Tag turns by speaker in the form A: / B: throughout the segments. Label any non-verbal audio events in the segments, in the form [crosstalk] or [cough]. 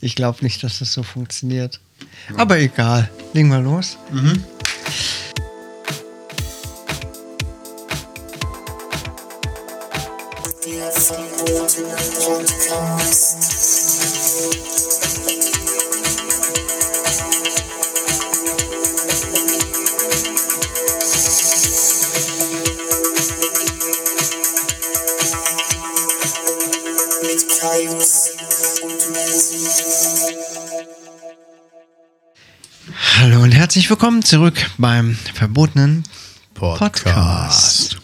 A: Ich glaube nicht, dass das so funktioniert. Aber egal. Legen wir los. Hallo und herzlich willkommen zurück beim verbotenen Podcast.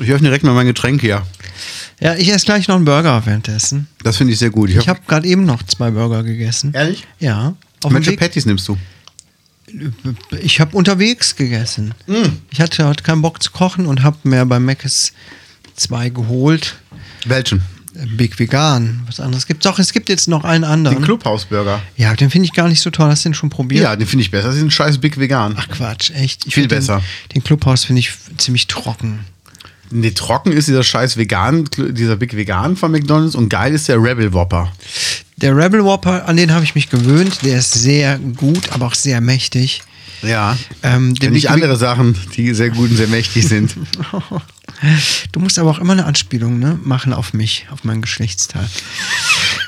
B: Ich öffne direkt mal mein Getränk hier.
A: Ja, ich esse gleich noch einen Burger währenddessen.
B: Das finde ich sehr gut.
A: Ich habe gerade eben noch zwei Burger gegessen.
B: Ehrlich?
A: Ja. Auf dem
B: Manche
A: Weg,
B: Patties nimmst du.
A: ich habe unterwegs gegessen.
B: Mm.
A: Ich hatte heute keinen Bock zu kochen und habe mir bei Mc's zwei geholt.
B: Welchen?
A: Äh, Big Vegan. Was anderes gibt's auch. Es gibt jetzt noch einen
B: Den
A: anderen.
B: Clubhouse-Burger.
A: ja, den finde ich gar nicht so toll. Hast du den schon probiert?
B: Ja, den finde ich besser. Das ist ein scheiß Big Vegan.
A: Ach Quatsch, echt. Ich
B: Viel
A: find den,
B: besser.
A: Den Clubhaus finde ich f- ziemlich trocken.
B: Nee, trocken ist dieser scheiß Vegan, dieser Big Vegan von McDonalds und geil ist der Rebel Whopper.
A: Der Rebel Whopper, an den habe ich mich gewöhnt. Der ist sehr gut, aber auch sehr mächtig.
B: Ja.
A: Ähm, den
B: Kenn ich
A: Big-
B: andere Sachen, die sehr gut und sehr
A: [laughs]
B: mächtig sind.
A: Du musst aber auch immer eine Anspielung ne, machen auf mich, auf mein Geschlechtsteil.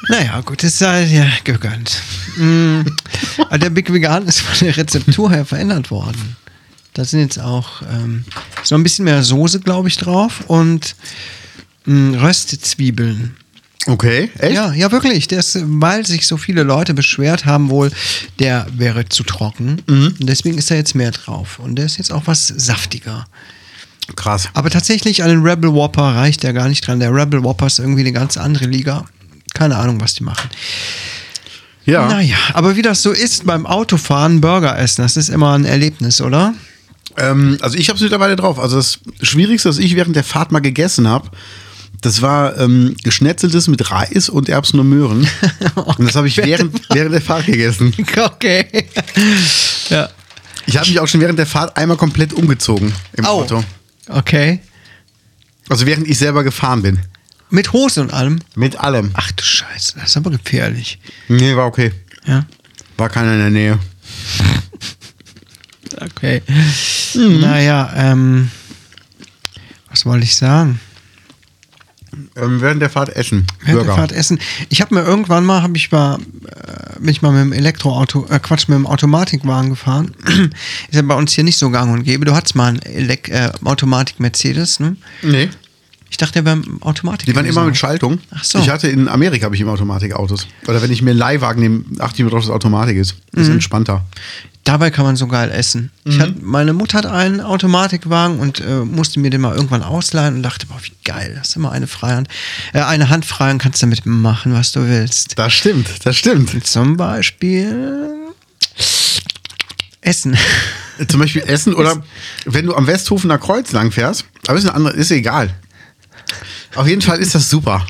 A: naja, gut, es sei dir gegönnt. Mm, aber der Big Vegan ist von der Rezeptur her verändert worden. Da sind jetzt auch ähm, ist noch ein bisschen mehr Soße, glaube ich, drauf und mm, Röstzwiebeln.
B: Okay, echt?
A: Ja, ja, wirklich. Das, weil sich so viele Leute beschwert haben, wohl, der wäre zu trocken.
B: Mhm.
A: Und deswegen ist da jetzt mehr drauf. Und der ist jetzt auch was saftiger.
B: Krass.
A: Aber tatsächlich an den Rebel Whopper reicht der gar nicht dran. Der Rebel Whopper ist irgendwie eine ganz andere Liga. Keine Ahnung, was die machen.
B: Ja.
A: Naja, aber wie das so ist beim Autofahren, Burger essen, das ist immer ein Erlebnis, oder?
B: Ähm, also ich habe es mittlerweile drauf. Also das Schwierigste, was ich während der Fahrt mal gegessen habe, das war ähm, geschnetzeltes mit Reis und Erbsen und
A: [laughs]
B: Möhren. [laughs] Und das habe ich während, während der Fahrt gegessen. [laughs]
A: Okay. ja.
B: Ich habe mich auch schon während der Fahrt einmal komplett umgezogen im
A: Au.
B: Auto.
A: Okay.
B: Also während ich selber gefahren bin.
A: Mit Hose und allem.
B: Mit allem.
A: Ach du Scheiße, das ist aber gefährlich.
B: Nee, war okay.
A: Ja.
B: War keiner in der Nähe.
A: Okay.
B: Mhm.
A: Naja, ähm. Was wollte ich sagen?
B: Ähm, während der Fahrt essen.
A: Während der
B: Burger.
A: Fahrt essen. Ich habe mir irgendwann mal, habe ich mal, äh, bin ich mal mit dem Elektroauto, äh, Quatsch, mit dem Automatikwagen gefahren. [clears throat] Ist ja bei uns hier nicht so gang und gäbe. Du hattest mal einen Elek äh, Automatik-Mercedes, ne?
B: Nee.
A: Ich dachte, der wäre im Automatik.
B: Die waren
A: gewesen.
B: immer mit Schaltung.
A: Ach so.
B: Ich hatte in Amerika habe ich immer Automatikautos. Oder wenn ich mir einen Leihwagen nehme, achte ich immer drauf, dass es Automatik ist. Ist
A: Mhm.
B: entspannter.
A: Dabei kann man so geil essen. Ich
B: Mhm.
A: hatte, meine Mutter hat einen Automatikwagen und äh, musste mir den mal irgendwann ausleihen und dachte, boah, wie geil, hast immer eine Freihand. Äh, eine Hand frei und kannst damit machen, was du willst.
B: Das stimmt, das stimmt.
A: Zum Beispiel Essen.
B: Zum Beispiel Essen oder wenn du am Westhofener Kreuz lang fährst, aber ist, eine andere, ist egal. Auf jeden Fall ist das super.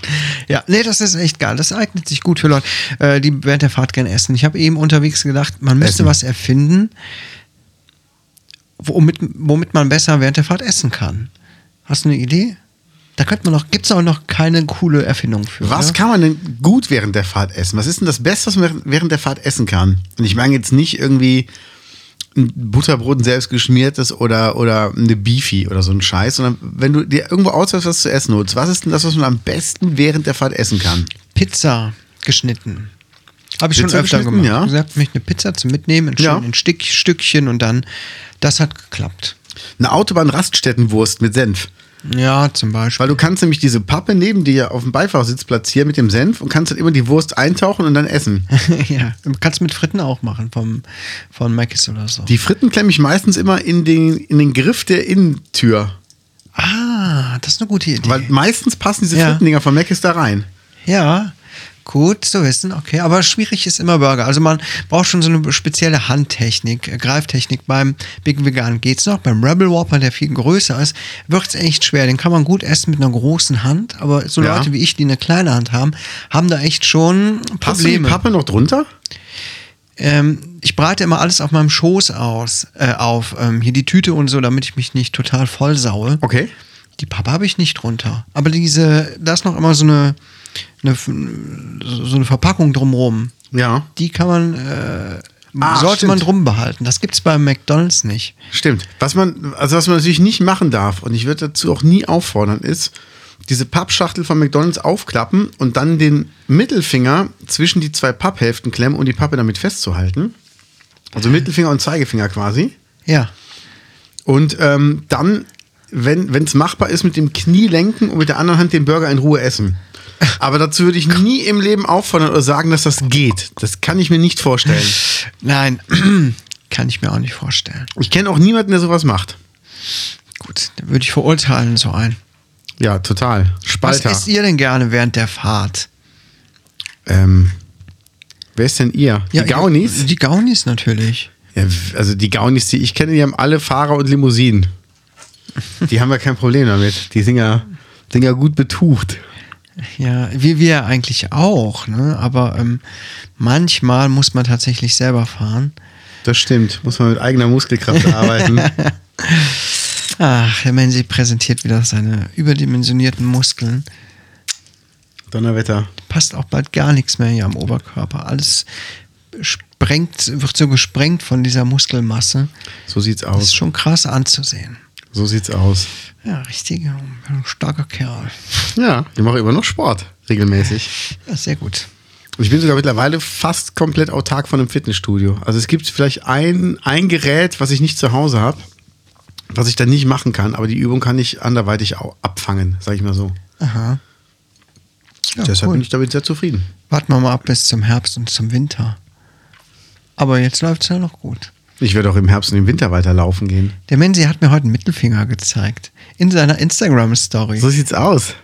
A: Ja, nee, das ist echt geil. Das eignet sich gut für Leute, äh, die während der Fahrt gern essen. Ich habe eben unterwegs gedacht, man müsste
B: Essen.
A: was erfinden, womit, womit man besser während der Fahrt essen kann. Hast du eine Idee? Da könnte man noch, gibt es auch noch keine coole Erfindung für.
B: Was
A: oder?
B: kann man denn gut während der Fahrt essen? Was ist denn das Beste, was man während der Fahrt essen kann? Und ich meine jetzt nicht irgendwie ein Butterbrot, ein selbstgeschmiertes oder, oder eine Beefy oder so ein Scheiß, sondern wenn du dir irgendwo auswärts was zu essen holst, was ist denn das, was man am besten während der Fahrt essen kann?
A: Pizza geschnitten. Habe ich schon
B: Pizza
A: öfter
B: geschnitten,
A: gemacht.
B: ja.
A: Ich habe mich eine Pizza zum Mitnehmen in,
B: Ja.
A: schön in Stück, Stückchen und dann, das hat geklappt.
B: Eine Autobahn-Raststättenwurst mit Senf.
A: Ja, zum Beispiel.
B: Weil du kannst nämlich diese Pappe neben dir auf dem Beifahrersitz platzieren mit dem Senf und kannst dann immer die Wurst eintauchen und dann essen. [laughs]
A: ja, kannst du mit Fritten auch machen, vom, von Mc's oder so.
B: Die Fritten klemme ich meistens immer in den, in den Griff der Innentür.
A: Ah, das ist eine gute Idee.
B: Weil meistens passen diese
A: Ja.
B: Frittendinger von Mc's da rein.
A: ja, gut zu wissen, okay. Aber schwierig ist immer Burger. Also man braucht schon so eine spezielle Handtechnik, äh, Greiftechnik. Beim Big Vegan geht's noch. Beim Rebel Whopper, der viel größer ist, wird's echt schwer. Den kann man gut essen mit einer großen Hand. Aber so
B: Ja.
A: Leute wie ich, die eine kleine Hand haben, haben da echt schon
B: Hast du die
A: Probleme.
B: Pappe noch drunter?
A: ähm, ich breite immer alles auf meinem Schoß aus, äh, auf. Ähm, hier die Tüte und so, damit ich mich nicht total vollsaue.
B: Okay.
A: Die Pappe habe ich nicht drunter. Aber diese, da ist noch immer so eine eine, so eine Verpackung drumrum.
B: Ja,
A: Die kann man, äh,
B: Ah,
A: sollte man
B: stimmt.
A: drum behalten. Das gibt es bei McDonalds nicht.
B: stimmt. Was man, also was man natürlich nicht machen darf, und ich würde dazu auch nie auffordern, ist, diese Pappschachtel von McDonalds aufklappen und dann den Mittelfinger zwischen die zwei Papphälften klemmen, um die Pappe damit festzuhalten. Also Mittelfinger und Zeigefinger quasi.
A: Ja.
B: Und ähm, dann, wenn es machbar ist, mit dem Knie lenken und mit der anderen Hand den Burger in Ruhe essen. Aber dazu würde ich nie im Leben auffordern oder sagen, dass das geht. Das kann ich mir nicht vorstellen.
A: Nein, [clears throat] kann ich mir auch nicht vorstellen.
B: Ich kenne auch niemanden, der sowas macht.
A: Gut, dann würde ich verurteilen so einen.
B: Ja, total.
A: Was
B: Spalter.
A: isst ihr denn gerne während der Fahrt?
B: ähm, wer ist denn ihr? die Gaunis?
A: Die Gaunis natürlich.
B: Ja, also die Gaunis, die ich kenne, die haben alle Fahrer und Limousinen. Die haben ja kein Problem damit. Die sind ja, sind ja gut betucht.
A: Ja, wie wir eigentlich auch, ne? Aber ähm, manchmal muss man tatsächlich selber fahren.
B: Das stimmt. Muss man mit eigener Muskelkraft
A: [laughs]
B: arbeiten.
A: Ach, Herr Menzi präsentiert wieder seine überdimensionierten Muskeln.
B: Donnerwetter.
A: Passt auch bald gar nichts mehr hier am Oberkörper. Alles sprengt, wird so gesprengt von dieser Muskelmasse.
B: So sieht's
A: Das ist
B: aus.
A: schon krass anzusehen.
B: So sieht's aus.
A: Ja, richtig. ein Starker Kerl.
B: Ja, ich mache immer noch Sport regelmäßig.
A: Ja, sehr gut.
B: Und ich bin sogar mittlerweile fast komplett autark von einem Fitnessstudio. Also es gibt vielleicht ein, ein Gerät, was ich nicht zu Hause habe, was ich dann nicht machen kann, aber die Übung kann ich anderweitig au- abfangen, sage ich mal so.
A: Aha. Ja,
B: Deshalb
A: cool.
B: bin ich damit sehr zufrieden.
A: Warten wir mal ab bis zum Herbst und zum Winter. Aber jetzt läuft es ja noch gut.
B: Ich werde auch im Herbst und im Winter weiter laufen gehen.
A: Der Menzi hat mir heute einen Mittelfinger gezeigt. In seiner Instagram-Story.
B: So sieht's aus.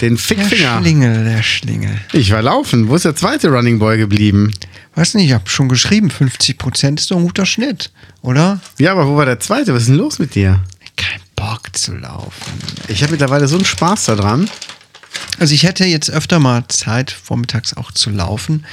B: Den
A: der
B: Fickfinger.
A: Schlingel, der Schlingel.
B: Ich war laufen. Wo ist der zweite Running Boy geblieben?
A: Weiß nicht, ich habe schon geschrieben, 50% ist doch ein guter Schnitt, oder?
B: Ja, aber wo war der zweite? Was ist denn los mit dir?
A: Kein Bock zu laufen.
B: Ich habe mittlerweile so einen Spaß daran.
A: Also ich hätte jetzt öfter mal Zeit, vormittags auch zu laufen.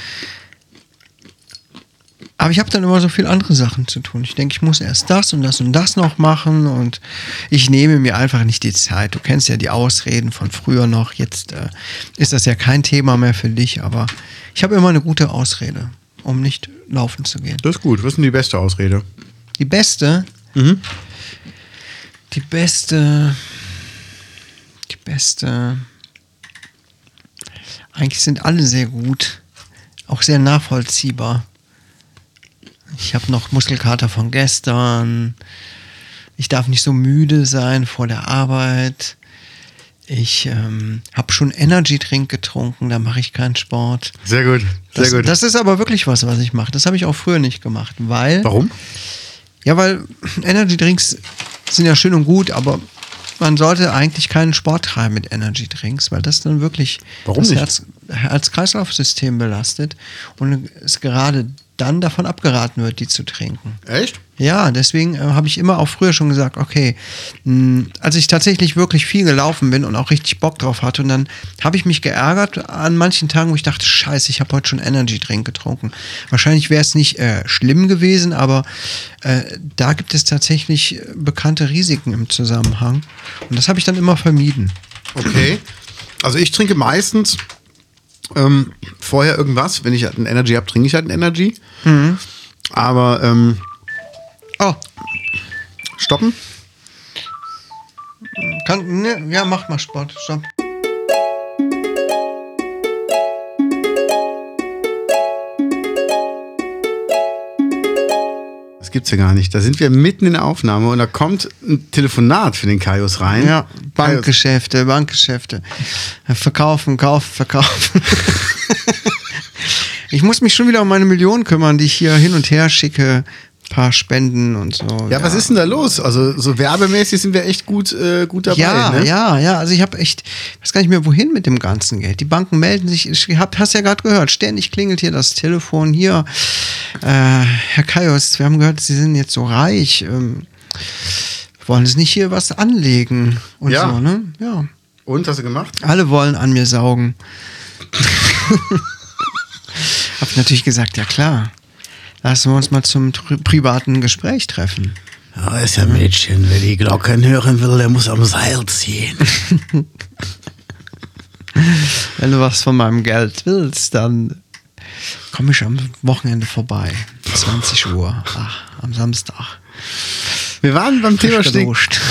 A: Aber ich habe dann immer so viel andere Sachen zu tun. Ich denke, ich muss erst das und das und das noch machen und ich nehme mir einfach nicht die Zeit. Du kennst ja die Ausreden von früher noch. Jetzt äh, ist das ja kein Thema mehr für dich, aber ich habe immer eine gute Ausrede, um nicht laufen zu gehen.
B: Das ist gut. Was ist denn die beste Ausrede?
A: Die beste.
B: Mhm.
A: Die beste. Die beste. Eigentlich sind alle sehr gut. Auch sehr nachvollziehbar. Ich habe noch Muskelkater von gestern. Ich darf nicht so müde sein vor der Arbeit. Ich ähm, habe schon Energy-Drink getrunken, da mache ich keinen Sport.
B: Sehr gut. Sehr
A: Das,
B: gut.
A: das ist aber wirklich was, was ich mache. Das habe ich auch früher nicht gemacht, weil.
B: Warum?
A: Ja, weil [clears throat] Energy Drinks sind ja schön und gut, aber man sollte eigentlich keinen Sport treiben mit Energy Drinks, weil das dann wirklich
B: Warum
A: das
B: nicht?
A: Herz- Herz-Kreislauf-System belastet und es gerade dann davon abgeraten wird, die zu trinken.
B: Echt?
A: Ja, deswegen äh, habe ich immer auch früher schon gesagt, okay, mh, als ich tatsächlich wirklich viel gelaufen bin und auch richtig Bock drauf hatte und dann habe ich mich geärgert an manchen Tagen, wo ich dachte, scheiße, ich habe heute schon Energy Drink getrunken. Wahrscheinlich wäre es nicht äh, schlimm gewesen, aber äh, da gibt es tatsächlich äh, bekannte Risiken im Zusammenhang und das habe ich dann immer vermieden.
B: Okay. Also ich trinke meistens ähm, vorher irgendwas. Wenn ich halt einen Energy habe, trinke ich halt einen Energy. Aber ähm,
A: Oh,
B: stoppen?
A: kann, ne, ja, mach mal Sport, stopp.
B: Das gibt's ja gar nicht. Da sind wir mitten in der Aufnahme und da kommt ein Telefonat für den Kaius rein.
A: Ja,
B: Kaius,
A: Bankgeschäfte, Bankgeschäfte. Verkaufen, kaufen,
B: [laughs]
A: verkaufen. ich muss mich schon wieder um meine Millionen kümmern, die ich hier hin und her schicke. Ein paar Spenden und so.
B: ja, was ist denn da los? Also so werbemäßig sind wir echt gut, äh, gut dabei.
A: ja,
B: ne?
A: ja, ja. Also ich habe echt, weiß gar nicht mehr, wohin mit dem ganzen Geld. Die Banken melden sich, ich hab, hast ja gerade gehört, ständig klingelt hier das Telefon. Hier, äh, Herr Kaios, wir haben gehört, Sie sind jetzt so reich. Ähm, wollen Sie nicht hier was anlegen? Und
B: Ja.
A: so, ne? Ja.
B: Und, hast du gemacht?
A: Alle wollen an mir saugen. Hab natürlich gesagt, ja klar. Lassen wir uns mal zum tr- privaten Gespräch treffen.
C: Da ist ja Mädchen, wer die Glocken hören will, der muss am Seil ziehen.
A: Wenn du was von meinem Geld willst, dann komme ich am Wochenende vorbei. 20 Uhr. Ach, am Samstag.
B: [laughs] Wir waren beim Thema,
A: Frisch
B: stehen,
A: geduscht.
B: [laughs]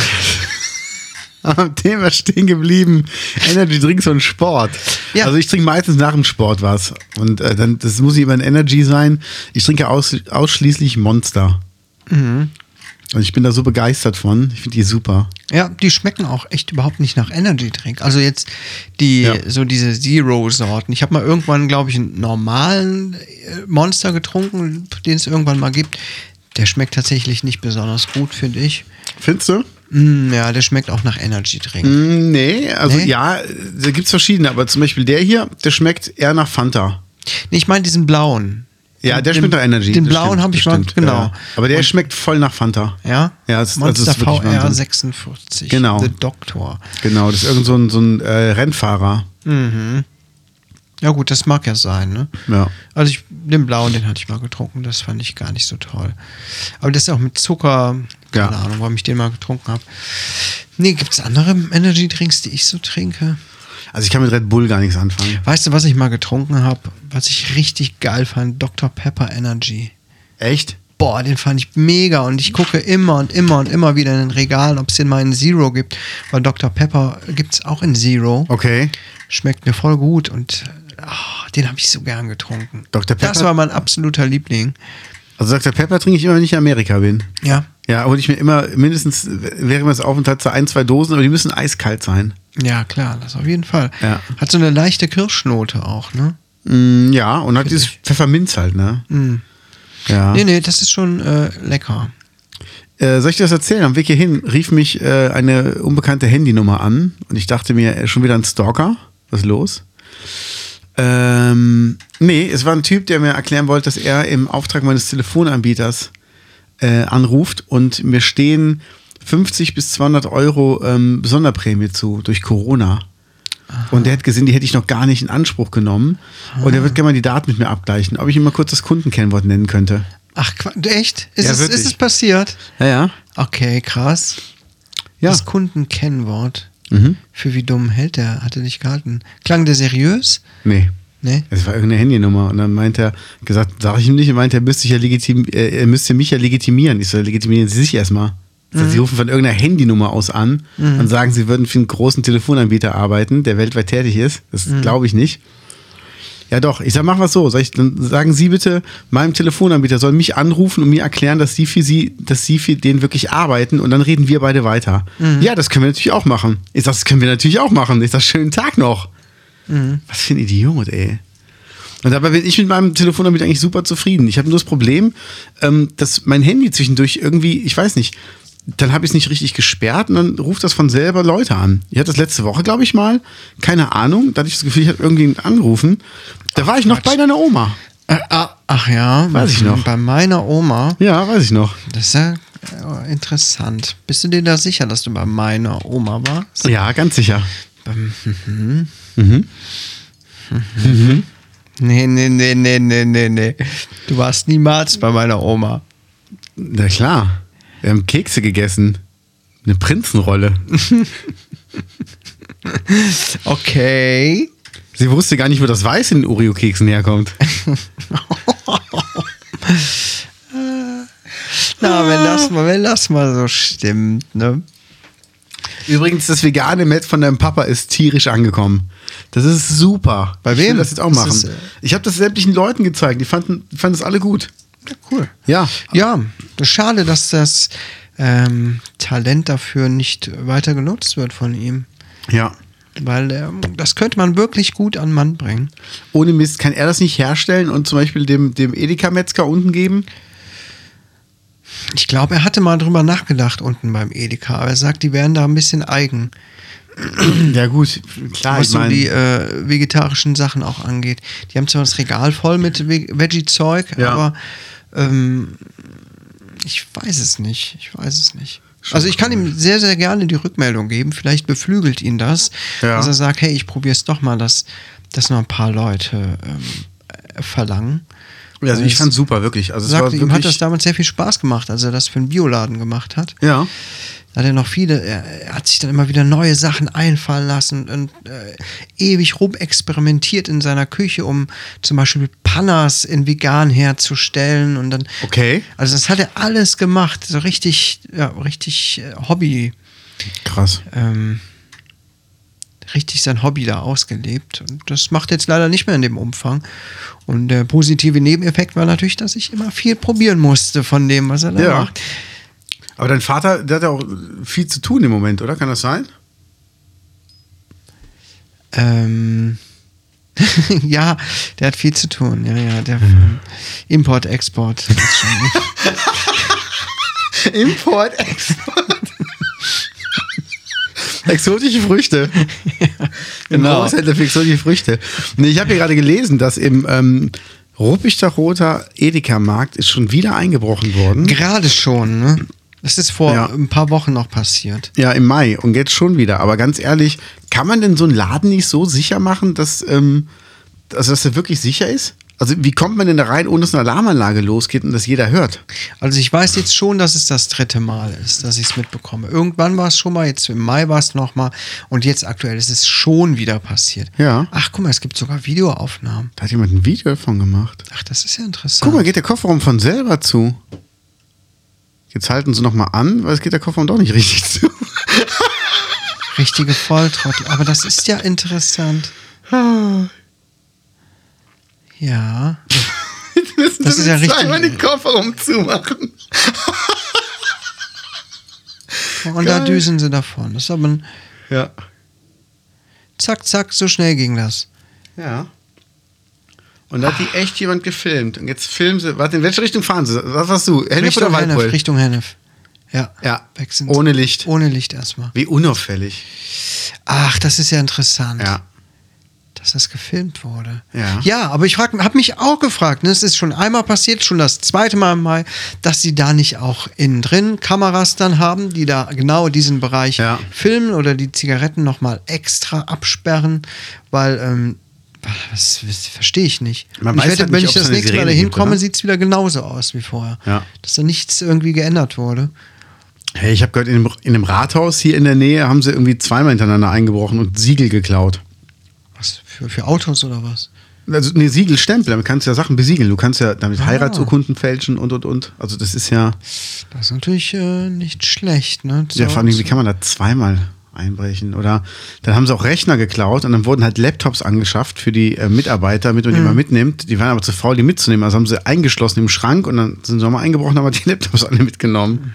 B: am Thema stehen geblieben. Energy Drinks und Sport.
A: Ja.
B: Also ich trinke meistens nach dem Sport was. Und äh, dann, das muss nicht immer ein Energy sein. Ich trinke aus, ausschließlich Monster. Und ich bin da so begeistert von. Ich finde die super.
A: Ja, die schmecken auch echt überhaupt nicht nach Energy Drink. Also jetzt die
B: Ja.
A: so diese Zero Sorten. Ich habe mal irgendwann, glaube ich, einen normalen äh, Monster getrunken, den es irgendwann mal gibt. Der schmeckt tatsächlich nicht besonders gut, finde ich.
B: Findest du?
A: Mm, ja, der schmeckt auch nach Energy Drink.
B: Mm, Nee, also
A: Nee?
B: ja, da gibt es verschiedene, aber zum Beispiel der hier, der schmeckt eher nach Fanta.
A: Nee, ich meine diesen blauen.
B: Ja, der
A: Den-
B: schmeckt nach Energy.
A: Den
B: das
A: blauen
B: stimmt,
A: habe
B: das
A: ich mal,
B: stimmt,
A: genau.
B: Ja. Aber der schmeckt voll nach Fanta.
A: Ja?
B: Ja, es, also es
A: Monster
B: ist wirklich
A: VR
B: Wahnsinn.
A: 46.
B: Genau.
A: The Doctor.
B: Genau, das ist irgend so ein, so ein äh, Rennfahrer.
A: Ja, gut, das mag ja sein, ne?
B: Ja.
A: Also ich, den blauen, den hatte ich mal getrunken, das fand ich gar nicht so toll. Aber das ist auch mit Zucker, keine
B: Ja.
A: Ahnung, warum ich den mal getrunken habe. Nee, gibt es andere Energy-Drinks, die ich so trinke?
B: Also ich kann mit Red Bull gar nichts anfangen.
A: Weißt du, was ich mal getrunken habe, was ich richtig geil fand? Dr. Pepper Energy.
B: Echt?
A: Boah, den fand ich mega und ich gucke immer und immer und immer wieder in den Regalen, ob es den mal in Zero gibt. Weil Dr. Pepper gibt es auch in Zero.
B: Okay.
A: Schmeckt mir voll gut und ah, den habe ich so gern getrunken.
B: Dr. Pepper?
A: Das war mein absoluter Liebling.
B: Also Dr. Pepper trinke ich immer, wenn ich in Amerika bin.
A: Ja,
B: Ja, hole ich mir immer mindestens während meines Aufenthalts so ein, zwei Dosen, aber die müssen eiskalt sein.
A: ja klar, das auf jeden Fall.
B: Ja.
A: Hat so eine leichte Kirschnote auch, ne?
B: Mm, ja, und hat dieses Pfefferminz halt, ne?
A: Mhm.
B: Ja.
A: Nee, nee, das ist schon äh, lecker.
B: Äh, soll ich dir das erzählen? Am Weg hierhin rief mich äh, eine unbekannte Handynummer an und ich dachte mir, äh, schon wieder ein Stalker? Was ist los? Ähm, nee, es war ein Typ, der mir erklären wollte, dass er im Auftrag meines Telefonanbieters äh, anruft und mir stehen 50 bis 200 Euro ähm, Sonderprämie zu durch Corona. Und der hat gesehen, die hätte ich noch gar nicht in Anspruch genommen. Und er wird gerne mal die Daten mit mir abgleichen, ob ich ihm mal kurz das Kundenkennwort nennen könnte.
A: Ach, Qua- echt? Ist,
B: Ja,
A: es,
B: wirklich.
A: ist es passiert?
B: Ja, ja.
A: Okay, krass.
B: Ja.
A: Das Kundenkennwort.
B: Mhm.
A: Für wie dumm hält der? Hat er nicht gehalten. Klang der seriös?
B: Nee.
A: Nee.
B: Es war irgendeine Handynummer und dann meinte er, gesagt, sag ich ihm nicht, er meinte, er müsste, ich ja legitim, äh, er müsste mich ja legitimieren. Ich so, legitimieren Sie sich erstmal. Das heißt, Sie rufen von irgendeiner Handynummer aus an und sagen, Sie würden für einen großen Telefonanbieter arbeiten, der weltweit tätig ist. Das glaube ich nicht. Ja doch, ich sag, mach was so. Sag ich, dann sagen Sie bitte meinem Telefonanbieter, soll mich anrufen und mir erklären, dass Sie für Sie, dass Sie für den wirklich arbeiten und dann reden wir beide weiter. Ja, das können wir natürlich auch machen. Ich sag, das können wir natürlich auch machen. Ich sag, schönen Tag noch. Was für ein Idiot, ey. Und dabei bin ich mit meinem Telefon damit eigentlich super zufrieden. Ich habe nur das Problem, ähm, dass mein Handy zwischendurch irgendwie, ich weiß nicht, dann habe ich es nicht richtig gesperrt und dann ruft das von selber Leute an. Ich hatte das letzte Woche, glaube ich, mal, keine Ahnung, da hatte ich das Gefühl, ich hatte irgendjemanden anrufen. Da war ich noch bei deiner Oma.
A: Äh, ah, ach ja,
B: Weiß ich noch.
A: Bei meiner Oma.
B: Ja, weiß ich noch.
A: Das ist ja äh, interessant. Bist du dir da sicher, dass du bei meiner Oma warst?
B: Ja, ganz sicher.
A: Nee, nee, nee, nee, nee, nee, nee. Du warst niemals bei meiner Oma.
B: Na klar. Wir haben Kekse gegessen. Eine Prinzenrolle.
A: Okay.
B: Sie wusste gar nicht, wo das Weiß in den Oreo-Keksen herkommt.
A: Na, wenn das mal, wenn das mal so stimmt, ne?
B: Übrigens, das vegane Met von deinem Papa ist tierisch angekommen. Das ist super.
A: Bei
B: Ich
A: wem?
B: will das jetzt auch
A: Das
B: machen.
A: ist, äh,
B: ich habe das sämtlichen Leuten gezeigt. Die fanden, die fanden es alle gut.
A: Ja, cool.
B: Ja.
A: Ja, das ist schade, dass das ähm, Talent dafür nicht weiter genutzt wird von ihm.
B: Ja.
A: Weil ähm, das könnte man wirklich gut an Mann bringen.
B: Ohne Mist, kann er das nicht herstellen und zum Beispiel dem, dem Edeka-Metzger
A: [clears throat]
B: unten geben?
A: Ich glaube, er hatte mal drüber nachgedacht unten beim Edeka, aber er sagt, die wären da ein bisschen eigen,
B: Ja, gut.
A: was
B: Klar, Ah, ich
A: so
B: meine.
A: die äh, vegetarischen Sachen auch angeht. Die haben zwar das Regal voll mit Ve- Veggie-Zeug,
B: Ja.
A: aber ähm, ich weiß es nicht. Ich weiß es nicht. also ich kann ihm sehr, sehr gerne die Rückmeldung geben. Vielleicht beflügelt ihn das,
B: Ja.
A: dass er sagt, hey, ich probiere es doch mal, dass, dass noch ein paar Leute ähm, äh, verlangen.
B: Also ich
A: Es
B: fand's super, wirklich. Also es war
A: sagte,
B: wirklich,
A: ihm hat das damals sehr viel Spaß gemacht, als er das für einen Bioladen gemacht hat.
B: ja.
A: Da hat er noch viele, er, er hat sich dann immer wieder neue Sachen einfallen lassen und äh, ewig rumexperimentiert in seiner Küche, um zum Beispiel Pannas in vegan herzustellen und dann.
B: Okay.
A: Also das hat er alles gemacht, so richtig, ja, richtig äh, Hobby,
B: Krass.
A: ähm, richtig sein Hobby da ausgelebt. Und das macht er jetzt leider nicht mehr in dem Umfang. Und der positive Nebeneffekt war natürlich, dass ich immer viel probieren musste von dem, was er da
B: Ja.
A: macht.
B: Aber dein Vater, der hat ja auch viel zu tun im Moment, oder? Kann das sein?
A: Ähm, [laughs] ja, der hat viel zu tun. Ja, ja, der Import,
B: [laughs]
A: Export. das ist schon-
B: Import, Export. Exotische Früchte.
A: Genau.
B: Genau. Großhändler für exotische Früchte. Nee, ich habe hier gerade gelesen, dass im ähm, Ruppichter-Roter Edeka-Markt ist schon wieder eingebrochen worden.
A: Gerade schon, ne? Das ist vor
B: Ja.
A: ein paar Wochen noch passiert.
B: Ja, im Mai und jetzt schon wieder. Aber ganz ehrlich, kann man denn so einen Laden nicht so sicher machen, dass, ähm, also, dass er wirklich sicher ist? Also wie kommt man denn da rein, ohne dass eine Alarmanlage losgeht und das jeder hört?
A: Also ich weiß jetzt schon, dass es das dritte Mal ist, dass ich es mitbekomme. Irgendwann war es schon mal, jetzt im Mai war es nochmal und jetzt aktuell ist es schon wieder passiert.
B: Ja.
A: Ach guck mal, es gibt sogar Videoaufnahmen.
B: Da hat jemand ein Video davon gemacht.
A: Ach, das ist ja interessant.
B: Guck mal, geht der Kofferraum von selber zu. Jetzt halten sie nochmal an, weil es geht der Kofferraum doch nicht richtig zu. [laughs]
A: Richtige Volltrottel. Aber das ist ja interessant.
B: Ah.
A: Ja.
B: Müssen
A: Das
B: sie
A: ist ja
B: mit
A: richtig.
B: zweimal den Kofferraum zumachen.
A: Und da
B: Geil.
A: düsen sie davon. Das ist aber ein
B: Ja.
A: Zack, Zack, so schnell ging das.
B: Ja. Und da hat die echt jemand gefilmt. Und jetzt filmen sie. Warte, in welche Richtung fahren sie? Was warst du? Hennef
A: Richtung
B: oder
A: Hennef,
B: Waldpoll?
A: Richtung Hennef. Ja.
B: Ja.
A: Weg sind
B: Ohne
A: sie.
B: Licht.
A: Ohne Licht erstmal.
B: Wie unauffällig.
A: Ach, das ist ja interessant,
B: Ja.
A: dass das gefilmt wurde.
B: Ja.
A: ja aber ich habe mich auch gefragt, ne, es ist schon einmal passiert, schon das zweite Mal im Mai, dass sie da nicht auch innen drin Kameras dann haben, die da genau diesen Bereich
B: Ja.
A: filmen oder die Zigaretten nochmal extra absperren, weil, ähm, das, das verstehe ich nicht.
B: Man
A: Und ich
B: weiß
A: wette,
B: halt
A: wenn
B: nicht,
A: ich
B: ob es
A: das
B: eine
A: nächste Mal da
B: Sirene gibt,
A: hinkomme,
B: oder?
A: sieht es wieder genauso aus wie vorher.
B: Ja.
A: Dass da nichts irgendwie geändert wurde.
B: Hey, ich habe gehört, in dem, in dem Rathaus hier in der Nähe haben sie irgendwie zweimal hintereinander eingebrochen und Siegel geklaut.
A: Was für, für Autos oder was?
B: Also, nee, Siegelstempel, damit kannst du ja Sachen besiegeln. Du kannst ja damit Heiratsurkunden fälschen und, und, und. Also, das ist ja.
A: Das ist natürlich äh, nicht schlecht, ne?
B: Ja,
A: So-
B: vor allem, wie kann man da zweimal einbrechen? Oder dann haben sie auch Rechner geklaut und dann wurden halt Laptops angeschafft für die äh, Mitarbeiter, damit man die mal mitnimmt. Die waren aber zu faul, die mitzunehmen. Also haben sie eingeschlossen im Schrank und dann sind sie nochmal eingebrochen, haben aber die [laughs] Laptops alle mitgenommen.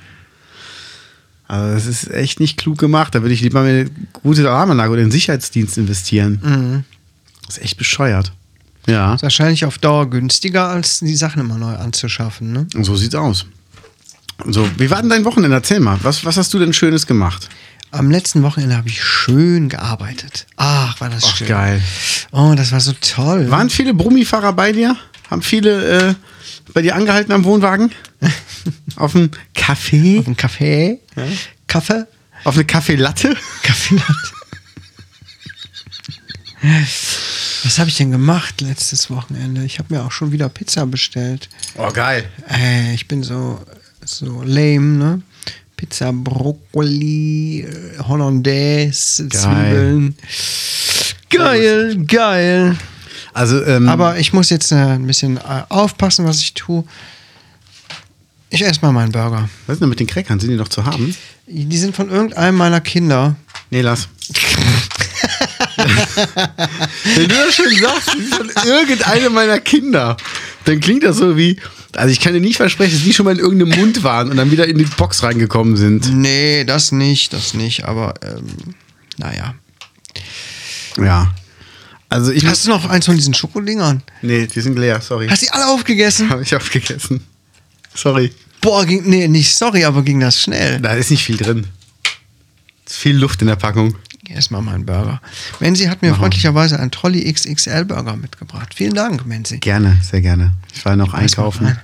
B: Also das ist echt nicht klug gemacht. Da würde ich lieber mal eine gute Alarmanlage oder in den Sicherheitsdienst investieren. Das ist echt bescheuert. Ja,
A: Ist wahrscheinlich auf Dauer günstiger, als die Sachen immer neu anzuschaffen, ne?
B: so sieht's aus. So, wie war denn dein Wochenende? Erzähl mal, was, was hast du denn Schönes gemacht?
A: Am letzten Wochenende habe ich schön gearbeitet. Ach, war das
B: Ach,
A: schön.
B: geil.
A: Oh, das war so toll.
B: Waren viele Brummifahrer bei dir? Haben viele äh, bei dir angehalten am [laughs] Wohnwagen? Auf dem Kaffee?
A: Auf dem Kaffee? Kaffee?
B: Auf eine Kaffeelatte?
A: Kaffee Was habe ich denn gemacht letztes Wochenende? Ich habe mir auch schon wieder Pizza bestellt.
B: Oh, geil.
A: Ey, Äh, ich bin so, so lame, ne? Pizza, Brokkoli, äh, Hollandaise, Zwiebeln. Geil, geil.
B: Also, ähm,
A: Aber ich muss jetzt äh, ein bisschen äh, aufpassen, was ich tue. Ich esse mal meinen Burger.
B: was ist denn mit den Crackern? Sind die noch zu haben?
A: Die sind von irgendeinem meiner Kinder.
B: Nee, [laughs] lass. Wenn du das schon sagst, das ist von irgendeinem meiner Kinder, dann klingt das so wie. Also, ich kann dir nicht versprechen, dass die schon mal in irgendeinem Mund waren und dann wieder in die Box reingekommen sind.
A: Nee, das nicht, das nicht, aber ähm, naja.
B: Ja. Also, ich.
A: Hast du noch eins von diesen Schokodingern?
B: nee, die sind leer, sorry. [laughs]
A: Hast du die alle aufgegessen?
B: Habe ich aufgegessen. Sorry.
A: Boah, ging, nee, nicht sorry, aber ging das schnell.
B: Da ist nicht viel drin. Ist viel Luft in der Packung.
A: Erstmal meinen Burger. Menzi hat mir freundlicherweise einen Trolley XXL Burger mitgebracht. Vielen Dank, Menzi.
B: Gerne, sehr gerne. Ich war noch einkaufen.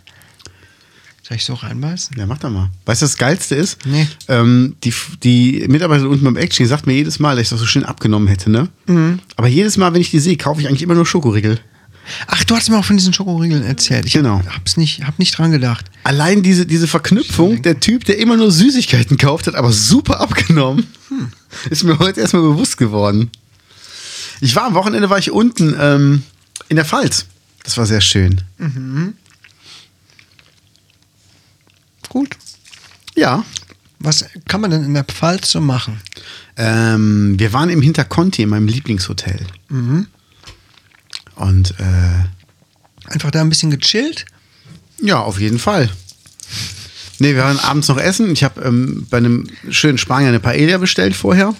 A: Soll ich so reinbeißen?
B: Ja, mach doch mal. Weißt du, was das Geilste ist?
A: Nee.
B: Ähm, die, die Mitarbeiterin unten beim Action die sagt
A: Mhm.
B: mir jedes Mal, dass ich das so schön abgenommen hätte, ne? Aber jedes Mal, wenn ich die sehe, kaufe ich eigentlich immer nur Schokoriegel.
A: Ach, du hast mir auch von diesen Schokoriegeln erzählt. Ich
B: Genau.
A: hab, hab's nicht, hab nicht dran gedacht.
B: Allein diese, diese Verknüpfung, der Typ, der immer nur Süßigkeiten kauft, hat aber super abgenommen. Ist mir heute erstmal bewusst geworden. Ich war am Wochenende, war ich unten ähm, in der Pfalz. Das war sehr schön.
A: Gut.
B: Ja.
A: Was kann man denn in der Pfalz so machen?
B: Ähm, wir waren im Hinterconti, in meinem Lieblingshotel. Und äh,
A: Einfach da ein bisschen gechillt?
B: Ja, auf jeden Fall. Nee, wir waren abends noch essen. Ich habe ähm, bei einem schönen Spanier eine Paella bestellt vorher.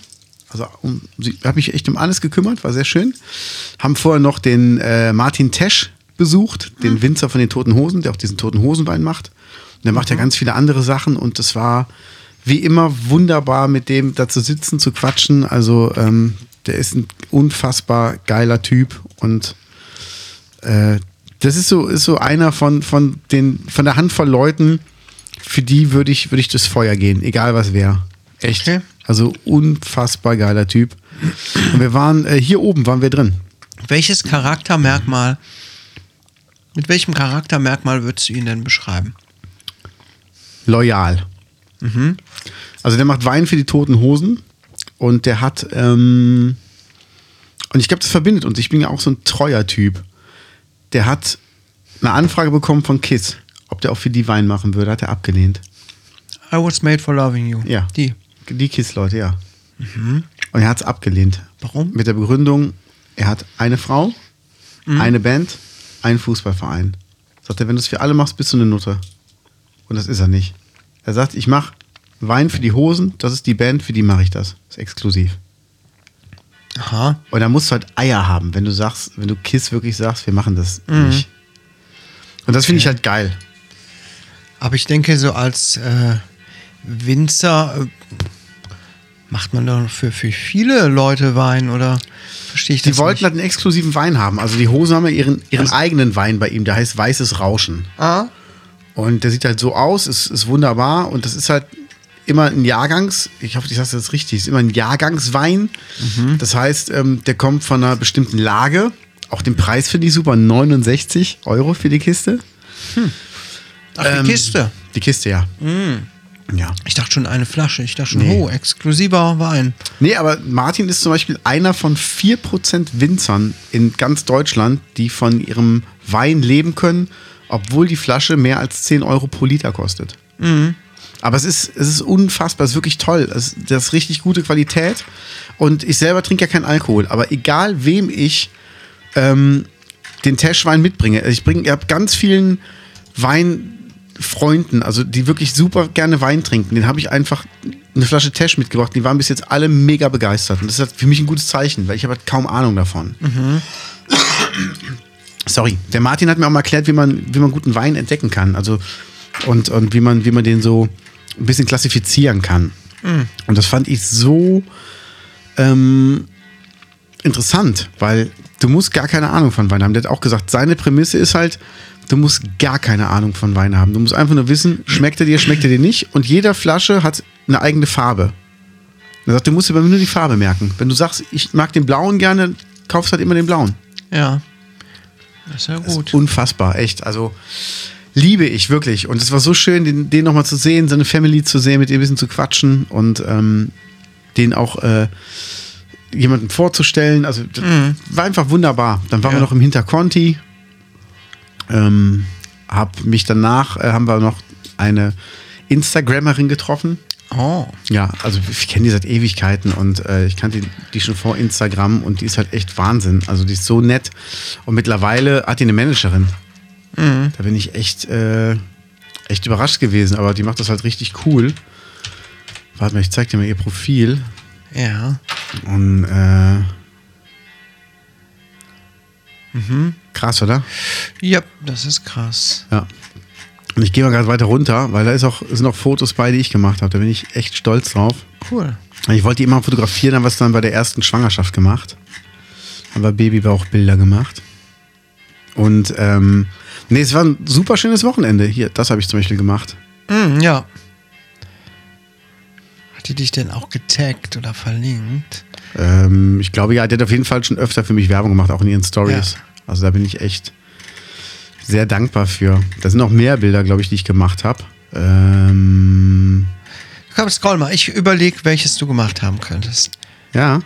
B: Also um, habe mich echt um alles gekümmert, war sehr schön. Haben vorher noch den äh, Martin Tesch besucht, den Winzer von den Toten Hosen, der auch diesen Toten Hosenwein macht. Und der macht ja ganz viele andere Sachen und das war wie immer wunderbar, mit dem da zu sitzen, zu quatschen. Also ähm, der ist ein unfassbar geiler Typ und äh, das ist so, ist so einer von, von, den, von der Handvoll Leuten, für die würde ich, würde ich das Feuer gehen, egal was wäre. Echt?
A: Okay.
B: Also unfassbar geiler Typ. Und wir waren, äh, hier oben waren wir drin.
A: Welches Charaktermerkmal, mit welchem Charaktermerkmal würdest du ihn denn beschreiben?
B: Loyal. Also der macht Wein für die toten Hosen und der hat, ähm, und ich glaube, das verbindet uns. Ich bin ja auch so ein treuer Typ. Der hat eine Anfrage bekommen von Kiss, ob der auch für die Wein machen würde, hat er abgelehnt.
A: I was made for loving you.
B: Ja.
A: Die. Mhm.
B: Die Kiss-Leute, ja. Und er hat es abgelehnt.
A: Warum?
B: Mit der Begründung, er hat eine Frau,
A: Mhm.
B: eine Band, einen Fußballverein. Sagt er, wenn du es für alle machst, bist du eine Nutte. Und das ist er nicht. Er sagt, ich mache Wein für die Hosen, das ist die Band, für die mache ich das. Das ist exklusiv.
A: Aha.
B: Und da musst du halt Eier haben, wenn du sagst, wenn du Kiss wirklich sagst, wir machen das
A: Mhm.
B: nicht. Und das finde ich halt geil.
A: Aber ich denke, so als äh, Winzer äh, macht man doch für, für viele Leute Wein, oder? Verstehe ich
B: Die
A: das
B: wollten
A: nicht? Also
B: halt einen exklusiven Wein haben. Also die Hosen haben ja ihren, ihren eigenen Wein bei ihm, der heißt Weißes Rauschen.
A: Ah,
B: Und der sieht halt so aus, ist, ist wunderbar. Und das ist halt immer ein Jahrgangs, ich hoffe, ich sage das richtig, ist immer ein Jahrgangswein. Das heißt, ähm, der kommt von einer bestimmten Lage. Auch den Preis finde ich super, 69 Euro für die Kiste.
A: ach, die
B: Ähm,
A: Kiste.
B: Die Kiste, ja. Ja.
A: Ich dachte schon eine Flasche. Ich dachte schon,
B: Nee.
A: oh, exklusiver Wein.
B: Nee, aber Martin ist zum Beispiel einer von 4% Winzern in ganz Deutschland, die von ihrem Wein leben können, obwohl die Flasche mehr als 10 Euro pro Liter kostet. Aber es ist, es ist unfassbar, es ist wirklich toll. Es, das ist richtig gute Qualität. Und ich selber trinke ja keinen Alkohol. Aber egal wem ich den Teschwein mitbringe. Also Ich bringe, ich habe ganz vielen Weinfreunden, also die wirklich super gerne Wein trinken. Den habe ich einfach eine Flasche Tesch mitgebracht. Die waren bis jetzt alle mega begeistert. Und das ist halt für mich ein gutes Zeichen, weil ich habe halt kaum Ahnung davon. Sorry, der Martin hat mir auch mal erklärt, wie man, wie man guten Wein entdecken kann. Also und, und wie man, wie man den so ein bisschen klassifizieren kann. Und das fand ich so ähm, interessant, weil du musst gar keine Ahnung von Wein haben. Der hat auch gesagt, seine Prämisse ist halt, du musst gar keine Ahnung von Wein haben. Du musst einfach nur wissen, schmeckt er dir, schmeckt er dir nicht. Und jeder Flasche hat eine eigene Farbe. Er sagt, du musst dir bei mir nur die Farbe merken. Wenn du sagst, ich mag den blauen gerne, kaufst halt immer den blauen.
A: Ja. Das ist ja
B: Das ist
A: gut.
B: Unfassbar, echt. Also liebe ich wirklich. Und es war so schön, den, den nochmal zu sehen, seine Family zu sehen, mit ihm ein bisschen zu quatschen und ähm, den auch äh, jemandem vorzustellen. Also das war einfach wunderbar. Dann waren
A: Mhm. Ja.
B: wir noch im Hinterconti. Ähm, hab mich danach, äh, haben wir noch eine Instagrammerin getroffen.
A: Oh.
B: Ja, also ich kenne die seit Ewigkeiten und äh, ich kannte die schon vor Instagram und die ist halt echt Wahnsinn. Also die ist so nett und mittlerweile hat die eine Managerin. Da bin ich echt, äh, echt überrascht gewesen, aber die macht das halt richtig cool. Warte mal, ich zeig dir mal ihr Profil
A: Ja.
B: und äh, krass, oder?
A: Ja, das ist krass.
B: Ja. Und ich gehe mal gerade weiter runter, weil da ist auch, sind auch Fotos bei, die ich gemacht habe. Da bin ich echt stolz drauf.
A: Cool.
B: Ich wollte die immer fotografieren, haben wir es dann bei der ersten Schwangerschaft gemacht. Haben wir Babybauchbilder gemacht. Und ähm, nee, es war ein super schönes Wochenende. Hier, das habe ich zum Beispiel gemacht.
A: Mm, ja. Hat die dich denn auch getaggt oder verlinkt?
B: Ähm, ich glaube, ja, der hat auf jeden Fall schon öfter für mich Werbung gemacht, auch in ihren Stories.
A: Ja.
B: Also da bin ich echt sehr dankbar für. Da sind auch mehr Bilder, glaube ich, die ich gemacht habe. Ähm,
A: Komm, scroll mal. Ich überlege, welches du gemacht haben könntest.
B: ja.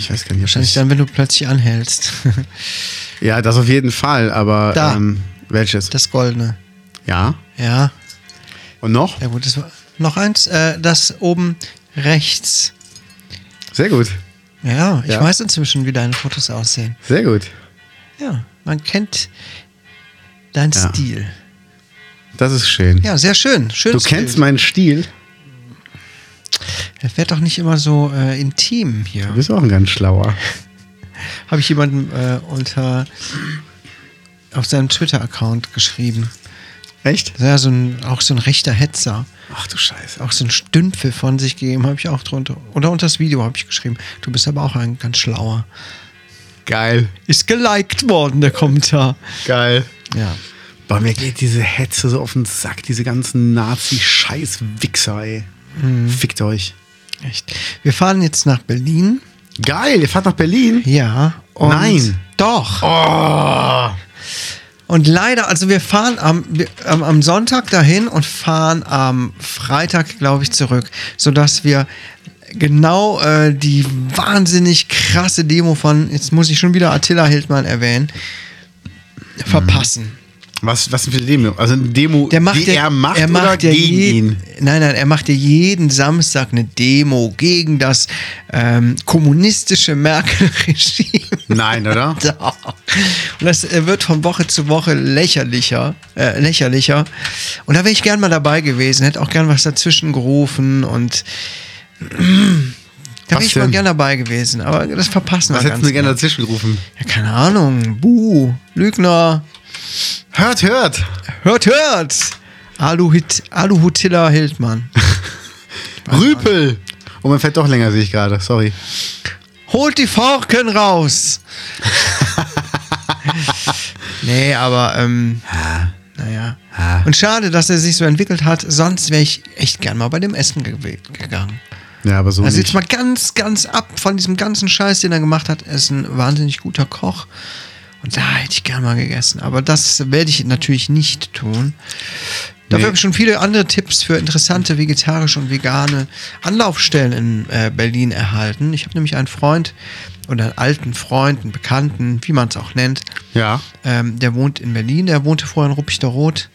B: Ich weiß gar nicht, ob
A: Mhm. Wahrscheinlich
B: das-
A: dann, wenn du plötzlich anhältst. [laughs]
B: Ja, das auf jeden Fall, aber
A: Da.
B: ähm, welches?
A: Das Goldene.
B: Ja.
A: Ja.
B: Und noch?
A: Ja gut, das war noch eins. Äh, das oben rechts.
B: Sehr gut.
A: Ja, ich
B: Ja.
A: weiß inzwischen, wie deine Fotos aussehen.
B: Sehr gut.
A: Ja, man kennt deinen
B: Ja.
A: Stil.
B: Das ist schön.
A: Ja, sehr schön. Schön.
B: du kennst meinen Stil.
A: Er wird doch nicht immer so äh, intim
B: Du
A: hier.
B: bist auch ein ganz schlauer.
A: Habe ich jemandem äh, unter auf seinem Twitter-Account geschrieben.
B: Echt?
A: Das war ja so ein, auch so ein rechter Hetzer.
B: Ach du Scheiße.
A: Auch so ein Stümpfe von sich gegeben, habe ich auch drunter. Oder unter das Video habe ich geschrieben. Du bist aber auch ein ganz schlauer.
B: Geil.
A: Ist geliked worden, der Kommentar.
B: Geil.
A: Ja.
B: Bei mir geht diese Hetze so auf den Sack, diese ganzen Nazi-Scheiß-Wichser, ey.
A: Mhm.
B: Fickt euch.
A: Echt. Wir fahren jetzt nach Berlin.
B: Geil, ihr fahrt nach Berlin?
A: Ja. Und
B: Nein.
A: Doch.
B: Oh,
A: Und leider, also wir fahren am, wir, am, am Sonntag dahin und fahren am Freitag, glaube ich, zurück, sodass wir genau äh, die wahnsinnig krasse Demo von, jetzt muss ich schon wieder Attila Hildmann erwähnen, verpassen.
B: Was, was denn für eine Demo? Also eine Demo,
A: Der macht
B: die
A: ja-
B: er macht,
A: er macht
B: oder
A: ja
B: gegen
A: je-
B: ihn?
A: Nein, nein, er macht ja jeden Samstag eine Demo gegen das ähm, kommunistische Merkel-Regime. [laughs]
B: Nein, oder?
A: Doch. Und das äh, wird von Woche zu Woche lächerlicher, äh, lächerlicher. Und da wäre ich gern mal dabei gewesen, hätte auch gern was dazwischen gerufen und [clears throat] da
B: Was
A: wäre ich mal
B: denn?
A: gern dabei gewesen. Aber das verpassen
B: Was
A: wir
B: hätten
A: ganz.
B: Sie gerne
A: knapp.
B: dazwischen gerufen?
A: Ja, keine Ahnung. Buh, Lügner.
B: Hört, hört!
A: Hört, hört! Aluhit, Aluhutilla Hildmann.
B: Rüpel! Oh, man fährt doch länger, sehe ich gerade. Sorry.
A: Holt die Forken raus! nee, aber, ähm, naja. Und schade, dass er sich so entwickelt hat, sonst wäre ich echt gern mal bei dem Essen ge gegangen.
B: Ja, aber so
A: Also
B: nicht.
A: jetzt mal ganz, ganz ab von diesem ganzen Scheiß, den er gemacht hat. Er ist ein wahnsinnig guter Koch. Und da hätte ich gern mal gegessen. Aber das werde ich natürlich nicht tun. Dafür
B: Nee.
A: habe ich schon viele andere Tipps für interessante vegetarische und vegane Anlaufstellen in äh, Berlin erhalten. Ich habe nämlich einen Freund oder einen alten Freund, einen Bekannten, wie man es auch nennt.
B: ja.
A: Ähm, der wohnt in Berlin, der wohnte vorher in Ruppichteroth.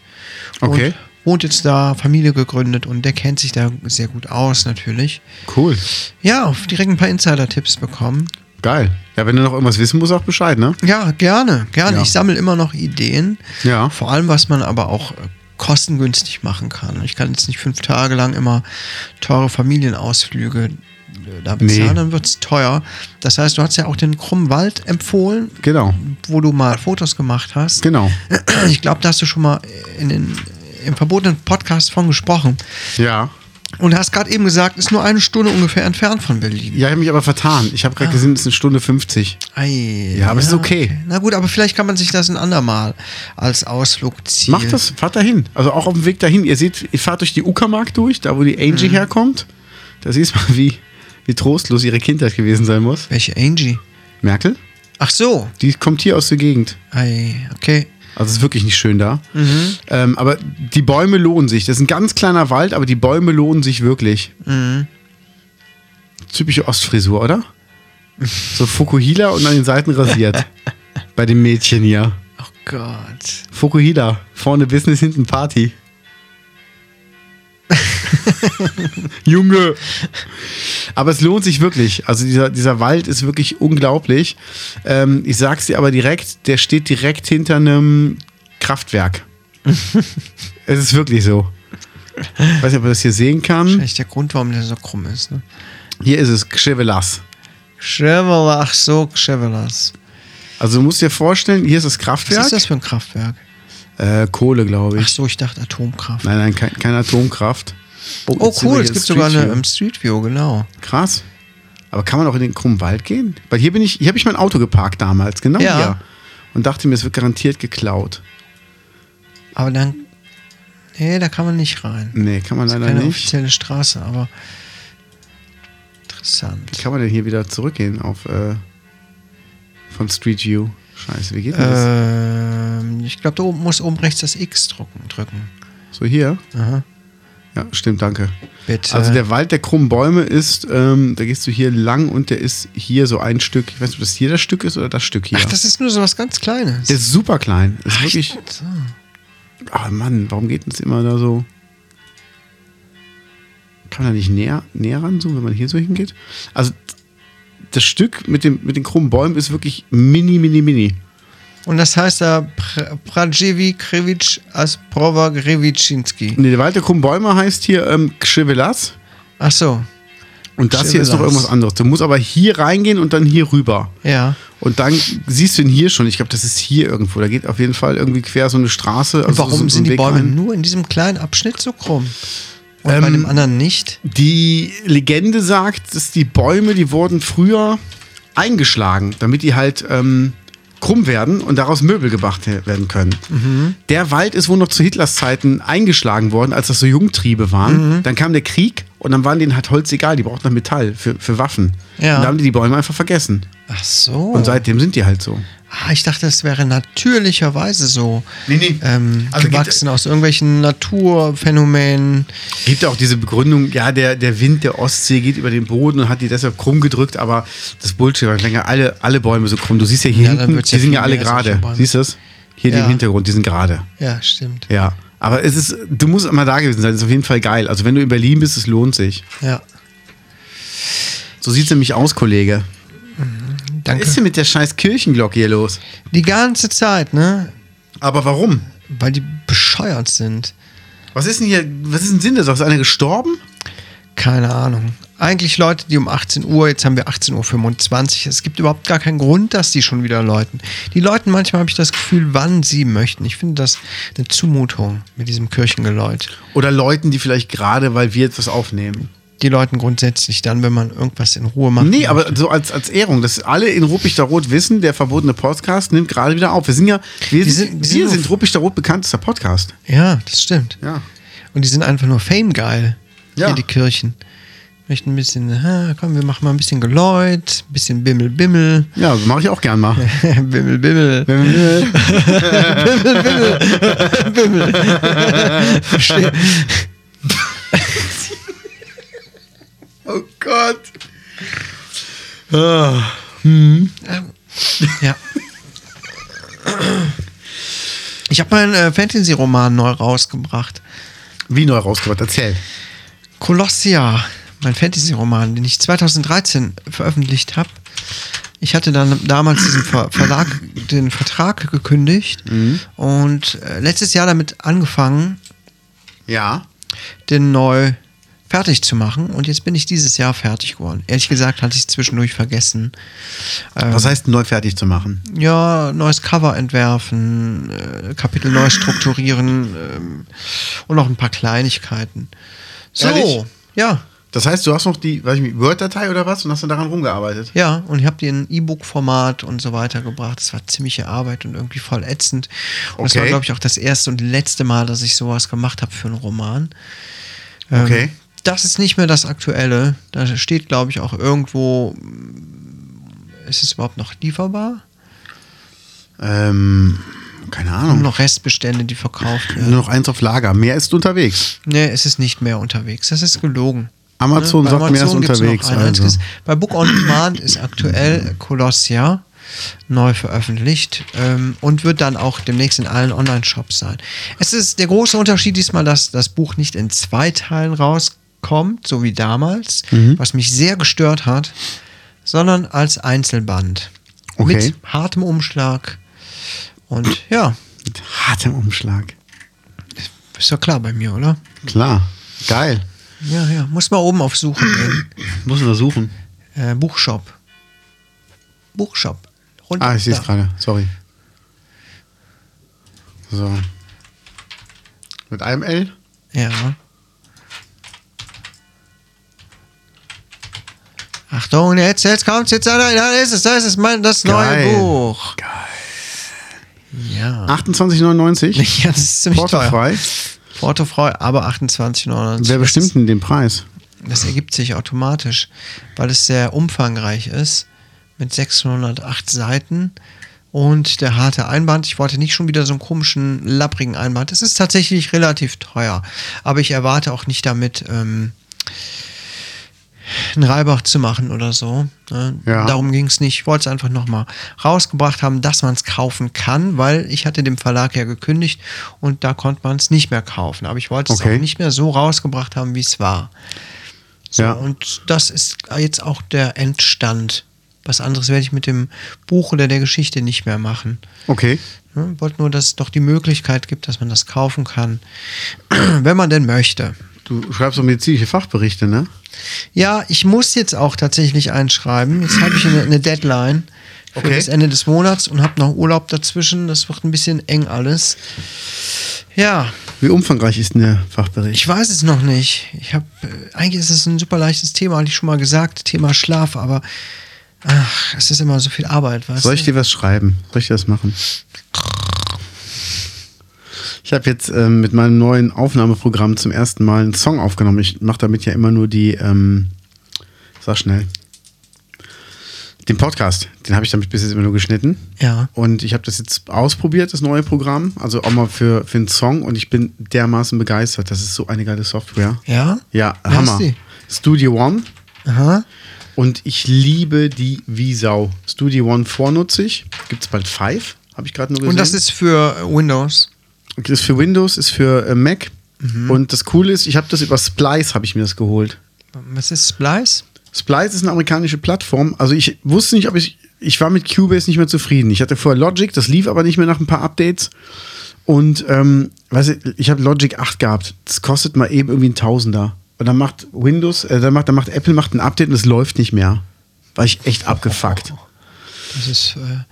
B: Okay.
A: Und wohnt jetzt da, Familie gegründet und der kennt sich da sehr gut aus natürlich.
B: Cool.
A: Ja, auf direkt ein paar Insider-Tipps bekommen.
B: Geil. Ja, wenn du noch irgendwas wissen musst, auch Bescheid, ne?
A: Ja, gerne, gerne.
B: Ja.
A: Ich sammle immer noch Ideen.
B: Ja.
A: Vor allem, was man aber auch äh, kostengünstig machen kann. Ich kann jetzt nicht fünf Tage lang immer teure Familienausflüge äh, da bezahlen,
B: Nee.
A: dann wird es teuer. Das heißt, du hast ja auch den Krummwald empfohlen,
B: Genau.
A: wo du mal Fotos gemacht hast.
B: Genau.
A: [clears throat] Ich glaube, da hast du schon mal in den, im verbotenen Podcast von gesprochen.
B: Ja.
A: Und hast gerade eben gesagt, ist nur eine Stunde ungefähr entfernt von Berlin.
B: Ja, ich habe mich aber vertan. Ich habe gerade gesehen, es ist eine Stunde 50.
A: Ei,
B: Ja, aber ist okay.
A: Na gut, aber vielleicht kann man sich das ein andermal als Ausflug ziehen.
B: Macht das, fahrt dahin. Also auch auf dem Weg dahin. Ihr seht, ihr fahrt durch die Uckermark durch, da wo die Angie herkommt. Da siehst du mal, wie, wie trostlos ihre Kindheit gewesen sein muss.
A: Welche Angie?
B: Merkel,
A: Ach so.
B: die kommt hier aus der Gegend.
A: Ei, okay.
B: Also es ist wirklich nicht schön da. Ähm, aber die Bäume lohnen sich. Das ist ein ganz kleiner Wald, aber die Bäume lohnen sich wirklich. Typische Ostfrisur, oder? So Fukuhila und an den Seiten rasiert. Bei dem Mädchen hier.
A: Oh
B: Hm.
A: Gott.
B: Fukuhila, vorne Business, hinten Party.
A: [laughs]
B: Junge! Aber es lohnt sich wirklich. Also dieser, dieser Wald ist wirklich unglaublich. Ähm, ich sag's dir aber direkt, der steht direkt hinter einem
A: [laughs]
B: Kraftwerk. es ist wirklich so. Ich weiß nicht, ob man das hier sehen kann.
A: Vielleicht der Grund, warum der so krumm ist. Ne?
B: Hier ist es, Kschevelas.
A: Chevrolet, ach so, Chevrolets.
B: Also du musst dir vorstellen, hier ist das
A: Was
B: Kraftwerk.
A: ist das für ein Kraftwerk?
B: Äh, Kohle, glaube
A: Ach
B: ich.
A: so, ich dachte Atomkraft.
B: Nein, nein, kein, keine Atomkraft.
A: Oh
B: jetzt sind wir
A: cool,
B: hier
A: es
B: im
A: gibt sogar
B: Street
A: eine
B: View.
A: ähm, Street View, genau.
B: Krass. Aber kann man auch in den krummen Wald gehen? Weil hier bin ich, hier habe ich mein Auto geparkt damals, genau
A: Ja.
B: hier. Und dachte mir, es wird garantiert geklaut.
A: Aber dann, nee, da kann man nicht rein.
B: Nee, kann man leider
A: Keine
B: nicht.
A: offizielle Straße, aber interessant.
B: Wie kann man denn hier wieder zurückgehen auf äh, Von Street View. Scheiße, wie geht denn
A: Äh.
B: das?
A: Ähm, ich glaube, du musst oben rechts das X drücken. drücken.
B: So hier?
A: Aha.
B: Ja, stimmt, danke.
A: Bitte.
B: Also der Wald der krummen Bäume ist, ähm, da gehst du hier lang und der ist hier so ein Stück. Ich weiß nicht, ob das hier das Stück ist oder das Stück hier.
A: Ach, das ist nur so was ganz Kleines.
B: der ist super klein. Das ist
A: Ach,
B: wirklich.
A: stimmt, so.
B: Ah Mann, warum geht das immer da so? Kann man da nicht näher, näher ranzoomen, wenn man hier so hingeht? Also das Stück mit, dem, mit den krummen Bäumen ist wirklich mini, mini, mini.
A: Und das heißt da Pr Prajevi Krevic Asprova Grevicinski.
B: Nee, der Wald der krummen Bäume heißt hier ähm, Kschevelas.
A: Ach so,
B: Und das hier ist noch
A: Kschevelas.
B: irgendwas anderes. Du musst aber hier reingehen und dann hier rüber.
A: ja.
B: Und dann siehst du ihn hier schon. Ich glaube, das ist hier irgendwo. Da geht auf jeden Fall irgendwie quer so eine Straße. also so, so
A: Warum
B: ein
A: sind die
B: Weg
A: Bäume
B: rein.
A: nur in diesem kleinen Abschnitt so krumm? Und bei
B: Ähm,
A: dem anderen nicht?
B: Die Legende sagt, dass die Bäume, die wurden früher eingeschlagen, damit die halt ähm, krumm werden und daraus Möbel gemacht he- werden können. Der Wald ist wohl noch zu Hitlers Zeiten eingeschlagen worden, als das so Jungtriebe waren. Dann kam der Krieg und dann waren denen halt Holz egal. Die brauchten noch Metall für, für Waffen.
A: Ja. Oh.
B: Und da haben die die Bäume einfach vergessen.
A: Ach so.
B: Und seitdem sind die halt so.
A: ah, ich dachte, das wäre natürlicherweise so
B: Nee, nee.
A: ähm,
B: Also geht-
A: gewachsen aus irgendwelchen Naturphänomenen.
B: Gibt auch diese Begründung, ja, der, der Wind der Ostsee geht über den Boden und hat die deshalb krumm gedrückt, aber das Bullshit, weil länger alle, alle Bäume so krumm. Du siehst ja hier
A: Ja, dann
B: hinten,
A: wird's
B: die
A: ja
B: sind
A: viel
B: ja alle
A: mehr solche
B: gerade.
A: Bäume.
B: Siehst du das? Hier die
A: Ja.
B: im Hintergrund, die sind gerade.
A: Ja, stimmt.
B: Ja. Aber es ist, du musst immer da gewesen sein, das ist auf jeden Fall geil. Also wenn du in Berlin bist, es lohnt sich.
A: Ja,
B: So sieht's nämlich aus, Kollege. Was
A: danke.
B: ist denn mit der scheiß Kirchenglocke hier los?
A: Die ganze Zeit, ne?
B: Aber warum?
A: Weil die bescheuert sind.
B: Was ist denn hier, was ist denn Sinn der Sache? Ist einer gestorben?
A: Keine Ahnung. Eigentlich Leute, die um 18 Uhr, jetzt haben wir 18.25 Uhr. Es gibt überhaupt gar keinen Grund, dass die schon wieder läuten. Die läuten manchmal, habe ich das Gefühl, wann sie möchten. Ich finde das eine Zumutung mit diesem Kirchengeläut.
B: Oder Leuten, die vielleicht gerade, weil wir jetzt was aufnehmen?
A: Die läuten grundsätzlich dann, wenn man irgendwas in Ruhe macht.
B: Nee, aber so als, als Ehrung, dass alle in Ruppichteroth Rot wissen, der verbotene Podcast nimmt gerade wieder auf. Wir sind ja, wir,
A: Wir
B: sind,
A: sind- wir
B: wir
A: sind
B: sind
A: auf-
B: Ruppichteroth Rot bekanntester Podcast.
A: Ja, das stimmt.
B: Ja.
A: Und die sind einfach nur famegeil.
B: Ja.
A: Hier die Kirchen. Möchten ein bisschen, ah, komm, wir machen mal ein bisschen Geläut, ein bisschen Bimmel, Bimmel.
B: Ja, mache ich auch gern mal.
A: [laughs] Bimmel, Bimmel. [laughs] Verstehe.
B: [laughs] oh Gott.
A: Ja. Ich habe meinen äh, Fantasy-Roman neu rausgebracht.
B: Wie neu rausgebracht, erzähl.
A: Colossia, mein Fantasy-Roman, den ich 2013 veröffentlicht habe. Ich hatte dann damals diesen Ver Verlag den Vertrag gekündigt und äh, letztes Jahr damit angefangen,
B: Ja.
A: den neu fertig zu machen. Und jetzt bin ich dieses Jahr fertig geworden. Ehrlich gesagt hatte ich es zwischendurch vergessen.
B: Was heißt neu fertig zu machen?
A: ja, neues Cover entwerfen, äh, Kapitel neu strukturieren ähm, und noch ein paar Kleinigkeiten. So,
B: Ehrlich?
A: ja,
B: Das heißt, du hast noch die, weiß ich nicht, Word-Datei oder was und hast dann daran rumgearbeitet?
A: ja. Und ich habe die in E-Book-Format und so weiter gebracht. Das war ziemliche Arbeit und irgendwie voll ätzend. Und das war,
B: Okay.
A: glaube ich, auch das erste und letzte Mal, dass ich sowas gemacht habe für einen Roman.
B: Okay.
A: Das ist nicht mehr das Aktuelle. Da steht, glaube ich, auch irgendwo, mm, ist es überhaupt noch lieferbar?
B: Ähm, keine Ahnung.
A: Nur noch Restbestände, die verkauft werden.
B: Nur noch eins auf Lager. Mehr ist unterwegs.
A: Nee, es ist nicht mehr unterwegs. Das ist gelogen. Ne?
B: Amazon
A: Bei
B: sagt mir, er ist
A: gibt's noch
B: unterwegs,
A: ein
B: also.
A: einziges. Bei Book on Demand ist aktuell Colossia neu veröffentlicht ähm, und wird dann auch demnächst in allen Online-Shops sein. Es ist der große Unterschied diesmal, dass das Buch nicht in zwei Teilen rauskommt, so wie damals,
B: Mhm.
A: was mich sehr gestört hat, sondern als Einzelband.
B: Okay.
A: Mit hartem Umschlag. Und ja,
B: Mit hartem Umschlag.
A: ist ja klar bei mir, oder?
B: Klar. Geil.
A: Ja, ja. Muss mal oben auf Suche gehen.
B: Muss man suchen.
A: Äh, Buchshop. Buchshop. Runter.
B: Ah, ich sehe es
A: Da.
B: gerade. Sorry. So. Mit einem L?
A: Ja. Achtung, jetzt, jetzt kommt's, jetzt, da, da ist es, da ist es, mein, das
B: Geil.
A: neue Buch. Geil. Ja. [laughs]
B: 28,99.
A: Ja, das ist ziemlich teuer.
B: Portofrei.
A: Portofrei, aber 28,99.
B: Wer bestimmt denn den Preis?
A: Das ergibt sich automatisch, weil es sehr umfangreich ist. mit 608 Seiten und der harte Einband. Ich wollte nicht schon wieder so einen komischen, labbrigen Einband. Es ist tatsächlich relativ teuer, aber ich erwarte auch nicht damit ähm, einen Reibach zu machen oder so. Ne?
B: Ja.
A: Darum ging es nicht. Ich wollte es einfach nochmal rausgebracht haben, dass man es kaufen kann, weil ich hatte dem Verlag ja gekündigt und da konnte man es nicht mehr kaufen. Aber ich wollte es
B: Okay.
A: auch nicht mehr so rausgebracht haben, wie es war. So,
B: Ja.
A: Und das ist jetzt auch der Endstand. Was anderes werde ich mit dem Buch oder der Geschichte nicht mehr machen.
B: Okay.
A: Ne? Wollte nur, dass es doch die Möglichkeit gibt, dass man das kaufen kann, [clears throat] wenn man denn möchte.
B: Du schreibst auch medizinische Fachberichte, ne?
A: Ja, ich muss jetzt auch tatsächlich einschreiben. Jetzt habe ich eine, eine Deadline für
B: Okay.
A: das Ende des Monats und habe noch Urlaub dazwischen. Das wird ein bisschen eng alles. Ja,
B: Wie umfangreich ist denn der Fachbericht?
A: ich weiß es noch nicht. Ich habe äh, eigentlich ist es ein super leichtes Thema, hatte ich schon mal gesagt, Thema Schlaf, aber ach, es ist immer so viel Arbeit, weißt
B: Soll ich
A: du?
B: dir was schreiben? Soll ich dir das machen? Ich habe jetzt ähm, mit meinem neuen Aufnahmeprogramm zum ersten Mal einen Song aufgenommen. Ich mache damit ja immer nur die, ähm, sag schnell, den Podcast. Den habe ich damit bis jetzt immer nur geschnitten.
A: Ja.
B: Und ich habe das jetzt ausprobiert, das neue Programm. Also auch mal für, für einen Song. Und ich bin dermaßen begeistert. Das ist so eine geile Software.
A: Ja?
B: Ja,
A: Wie heißt
B: Hammer.
A: die?
B: Studio One.
A: Aha.
B: Und ich liebe die wie Sau. Studio One vornutze ich. Gibt es bald Five, habe ich gerade nur gesehen.
A: Und das ist für äh, Windows.
B: ist für Windows, ist für äh, Mac.
A: Mhm.
B: Und das Coole ist, ich habe das über Splice, habe ich mir das geholt.
A: Was ist Splice?
B: Splice ist eine amerikanische Plattform. Also ich wusste nicht, ob ich. Ich war mit Cubase nicht mehr zufrieden. Ich hatte vorher Logic, das lief aber nicht mehr nach ein paar Updates. Und ähm, weiß ich, ich habe Logic 8 gehabt. Das kostet mal eben irgendwie ein Tausender. Und dann macht Windows, äh, dann macht, dann macht Apple macht ein Update und es läuft nicht mehr. War ich echt
A: Oh.
B: abgefuckt.
A: Das ist äh,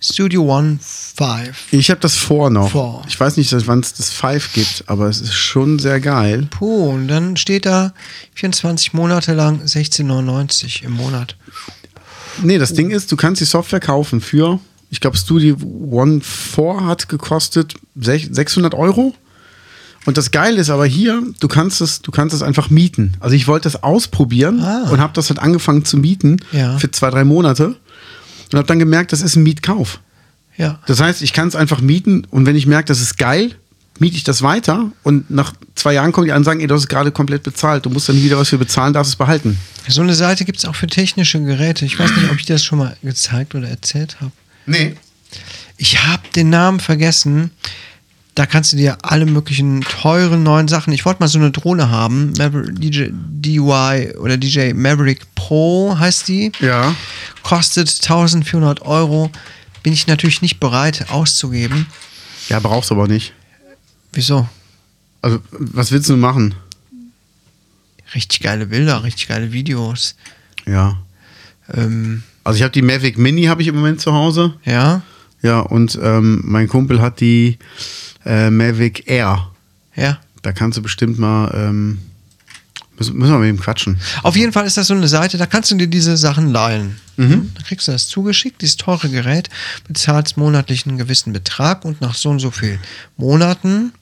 A: Studio One 5.
B: Ich habe das vor noch.
A: Vor.
B: Ich weiß nicht, wann es das Five gibt, aber es ist schon sehr geil.
A: Puh, und dann steht da 24 Monate lang 16,99 im Monat.
B: Nee, das Ding ist, du kannst die Software kaufen für, ich glaube, Studio One 4 hat gekostet sech- 600 Euro. Und das Geile ist aber hier, du kannst es, du kannst es einfach mieten. Also ich wollte das ausprobieren
A: Ah.
B: und habe das halt angefangen zu mieten
A: Ja.
B: für zwei, drei Monate und habe dann gemerkt, das ist ein Mietkauf.
A: Ja.
B: Das heißt, ich kann es einfach mieten und wenn ich merke, das ist geil, miete ich das weiter und nach zwei Jahren kommen die an und sagen, ey, du hast es gerade komplett bezahlt. Du musst dann nie wieder was für bezahlen, darfst es behalten.
A: So eine Seite gibt es auch für technische Geräte. Ich weiß nicht, ob ich das schon mal gezeigt oder erzählt habe.
B: Nee.
A: Ich habe den Namen vergessen. Da kannst du dir alle möglichen teuren neuen Sachen. Ich wollte mal so eine Drohne haben. Maver- DJ, DY oder DJ Maverick Pro heißt die.
B: Ja.
A: Kostet 1400 Euro. Bin ich natürlich nicht bereit auszugeben.
B: Ja, brauchst du aber nicht.
A: Wieso?
B: Also, was willst du denn machen?
A: Richtig geile Bilder, richtig geile Videos.
B: Ja.
A: Ähm,
B: Also ich habe die Mavic Mini habe ich im Moment zu Hause.
A: ja,
B: Ja, und ähm, mein Kumpel hat die äh, Mavic Air.
A: ja.
B: Da kannst du bestimmt mal ähm, müssen, müssen wir mit ihm quatschen.
A: Auf jeden Fall ist das so eine Seite, da kannst du dir diese Sachen leihen. Da kriegst du das zugeschickt, dieses teure Gerät, bezahlst monatlich einen gewissen Betrag und nach so und so viel Monaten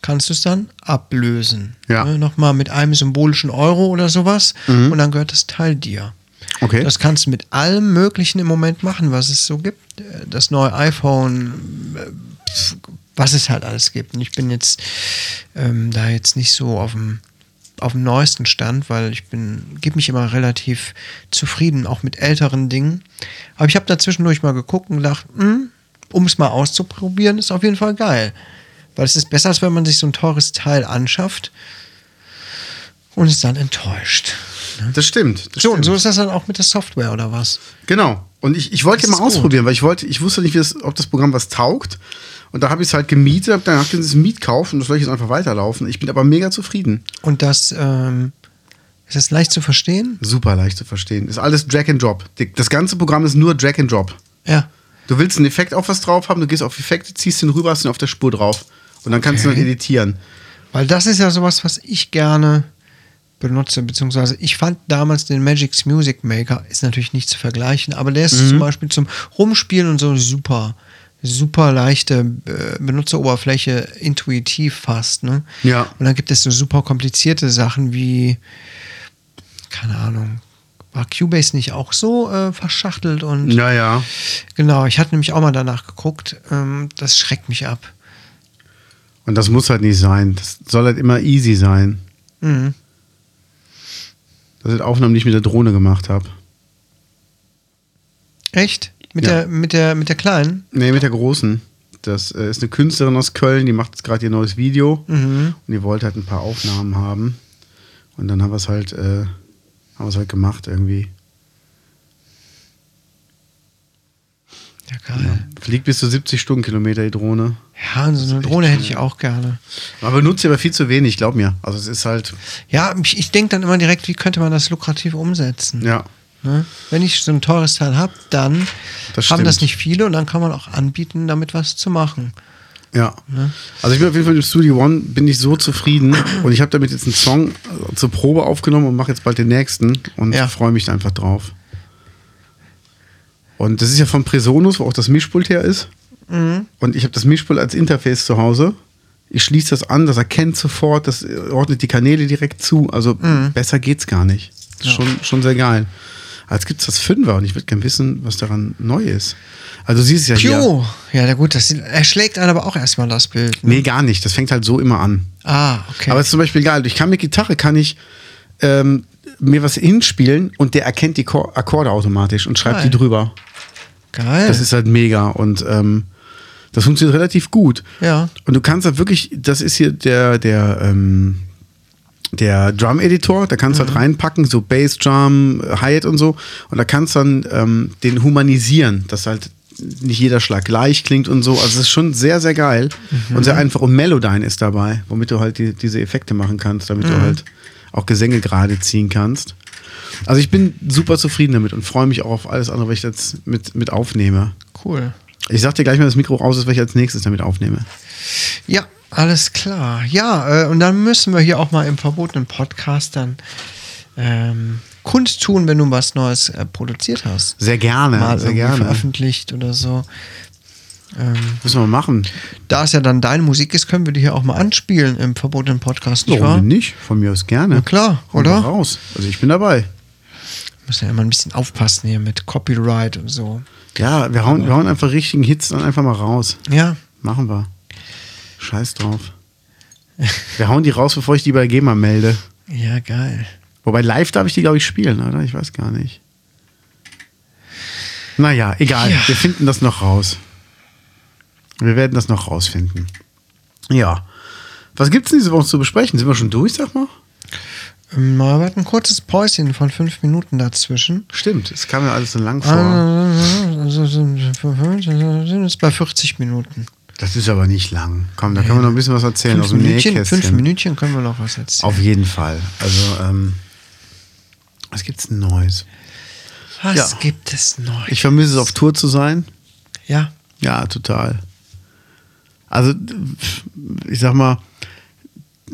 A: kannst du es dann ablösen.
B: Ja.
A: Ne, Nochmal mit einem symbolischen Euro oder sowas und dann gehört das Teil dir.
B: Okay.
A: Das kannst du mit allem Möglichen im Moment machen, was es so gibt. Das neue iPhone, äh, pf, was es halt alles gibt. Und ich bin jetzt ähm, da jetzt nicht so auf dem auf dem neuesten Stand, weil ich bin, gebe mich immer relativ zufrieden, auch mit älteren Dingen. Aber ich habe da zwischendurch mal geguckt und gedacht, um es mal auszuprobieren, ist auf jeden Fall geil. Weil es ist besser, als wenn man sich so ein teures Teil anschafft und ist dann enttäuscht.
B: Das stimmt. Das
A: So,
B: stimmt.
A: und so ist das dann auch mit der Software oder was?
B: Genau. Und ich, ich wollte
A: Das
B: mal
A: ist gut.
B: ausprobieren, weil ich wollte, ich wusste nicht, wie das, ob das Programm was taugt. Und da habe ich es halt gemietet, habe danach dieses Mietkauf und das soll ich jetzt einfach weiterlaufen. Ich bin aber mega zufrieden.
A: Und das ähm, ist das leicht zu verstehen?
B: Super leicht zu verstehen. Ist alles Drag and Drop. Die- Das ganze Programm ist nur Drag and Drop.
A: Ja.
B: Du willst einen Effekt auf was drauf haben, du gehst auf Effekte, ziehst den rüber, hast ihn auf der Spur drauf. Und dann kannst du
A: Okay.
B: dann editieren.
A: Weil das ist ja sowas, was ich gerne benutze, beziehungsweise ich fand damals den Magic's Music Maker, ist natürlich nicht zu vergleichen, aber der
B: Mhm.
A: ist zum Beispiel zum Rumspielen und so super, super leichte äh, Benutzeroberfläche, intuitiv fast, ne?
B: Ja.
A: Und dann gibt es so super komplizierte Sachen wie, keine Ahnung, War Cubase nicht auch so äh, verschachtelt und
B: Ja, ja.
A: genau, ich hatte nämlich auch mal danach geguckt. Ähm, das schreckt mich ab.
B: Und das muss halt nicht sein. Das soll halt immer easy sein.
A: Mhm.
B: Das sind Aufnahmen, die ich mit der Drohne gemacht habe.
A: Echt? Mit
B: Ja.
A: der, mit der, mit der kleinen?
B: Nee, mit der großen. Das äh, ist eine Künstlerin aus Köln, die macht jetzt gerade ihr neues Video. Und die wollte halt ein paar Aufnahmen haben. Und dann haben wir es halt, äh, haben wir es halt gemacht irgendwie.
A: Ja, geil.
B: Fliegt bis zu 70 Stundenkilometer die Drohne.
A: Ja, und so eine Drohne hätte ich auch gerne.
B: Man benutzt sie aber viel zu wenig, glaub mir. Also es ist halt,
A: Ja, ich, ich denke dann immer direkt, wie könnte man das lukrativ umsetzen?
B: ja.
A: Ne? Wenn ich so ein teures Teil habe, dann
B: Das
A: haben das
B: stimmt.
A: nicht viele und dann kann man auch anbieten, damit was zu machen.
B: Ja.
A: Ne?
B: Also ich bin auf jeden Fall mit dem Studio One bin ich so zufrieden und ich habe damit jetzt einen Song äh, zur Probe aufgenommen und mache jetzt bald den nächsten und
A: Ja.
B: freue mich da einfach drauf. Und das ist ja von Presonus, wo auch das Mischpult her ist.
A: Mhm.
B: Und ich habe das Mischpult als Interface zu Hause. Ich schließe das an, das erkennt sofort, das äh, ordnet die Kanäle direkt zu. Also
A: Mhm.
B: besser geht's gar nicht. Das ist schon, schon sehr geil. Als gibt's das Fünfer und ich würde gerne wissen, was daran neu ist. Also siehst es ja hier.
A: Pio! Ja, na gut, das erschlägt einen aber auch erstmal das Bild. Ne?
B: Nee, gar nicht. Das fängt halt so immer an.
A: Ah, okay.
B: Aber es ist zum Beispiel geil. Ich kann mit Gitarre kann ich ähm, mir was hinspielen und der erkennt die Chor Akkorde automatisch und schreibt
A: Geil.
B: die drüber.
A: Geil.
B: Das ist halt mega und ähm, das funktioniert relativ gut.
A: Ja.
B: Und du kannst halt wirklich, das ist hier der, der, ähm, der Drum-Editor, da kannst du halt reinpacken, so Bass, Drum, Hi-Hat und so. Und da kannst du dann ähm, den humanisieren, dass halt nicht jeder Schlag gleich klingt und so. Also es ist schon sehr, sehr geil und sehr einfach. Und Melodyne ist dabei, womit du halt die, diese Effekte machen kannst, damit du halt auch Gesänge gerade ziehen kannst. Also ich bin super zufrieden damit und freue mich auch auf alles andere, was ich jetzt mit, mit aufnehme.
A: cool.
B: Ich sag dir gleich, wenn das Mikro raus ist, was ich als nächstes damit aufnehme.
A: Ja, alles klar. Ja, äh, und dann müssen wir hier auch mal im verbotenen Podcast dann ähm, kundtun, wenn du was Neues äh, produziert hast.
B: Sehr gerne,
A: mal
B: sehr
A: irgendwie
B: gerne.
A: veröffentlicht oder so. Ähm,
B: Müssen wir machen.
A: da es ja dann deine Musik ist, können wir die hier auch mal anspielen im verbotenen Podcast, nicht wahr?
B: Warum denn nicht? Von mir aus gerne.
A: Na klar,
B: Hau mal
A: oder?
B: Raus. Also ich bin dabei.
A: Müssen ja immer ein bisschen aufpassen hier mit Copyright und so.
B: Ja, wir hauen, wir hauen einfach richtigen Hits dann einfach mal raus.
A: Ja,
B: Machen wir. Scheiß [laughs] drauf. Wir hauen die raus, bevor ich die bei GEMA melde.
A: ja, geil.
B: Wobei live darf ich die, glaube ich, spielen, oder? Ich weiß gar nicht. Naja, egal.
A: Ja.
B: Wir finden das noch raus. Wir werden das noch rausfinden. Ja. Was gibt's denn diese Woche zu besprechen? Sind wir schon durch, sag mal?
A: Ähm, Na, wir hatten ein kurzes Päuschen von fünf Minuten dazwischen.
B: Stimmt, es kam mir alles so lang vor.
A: Also sind es bei 40 Minuten.
B: Das ist aber nicht lang. Komm, da können wir noch ein bisschen was erzählen aus
A: Fünf
B: dem
A: Minütchen,
B: Nähkästchen.
A: fünf Minütchen können wir noch was erzählen.
B: Auf jeden Fall. Also, ähm, was gibt's denn Neues?
A: Was
B: ja.
A: gibt es neu?
B: Ich vermisse es, auf Tour zu sein.
A: ja,
B: Ja, total. Also, ich sag mal,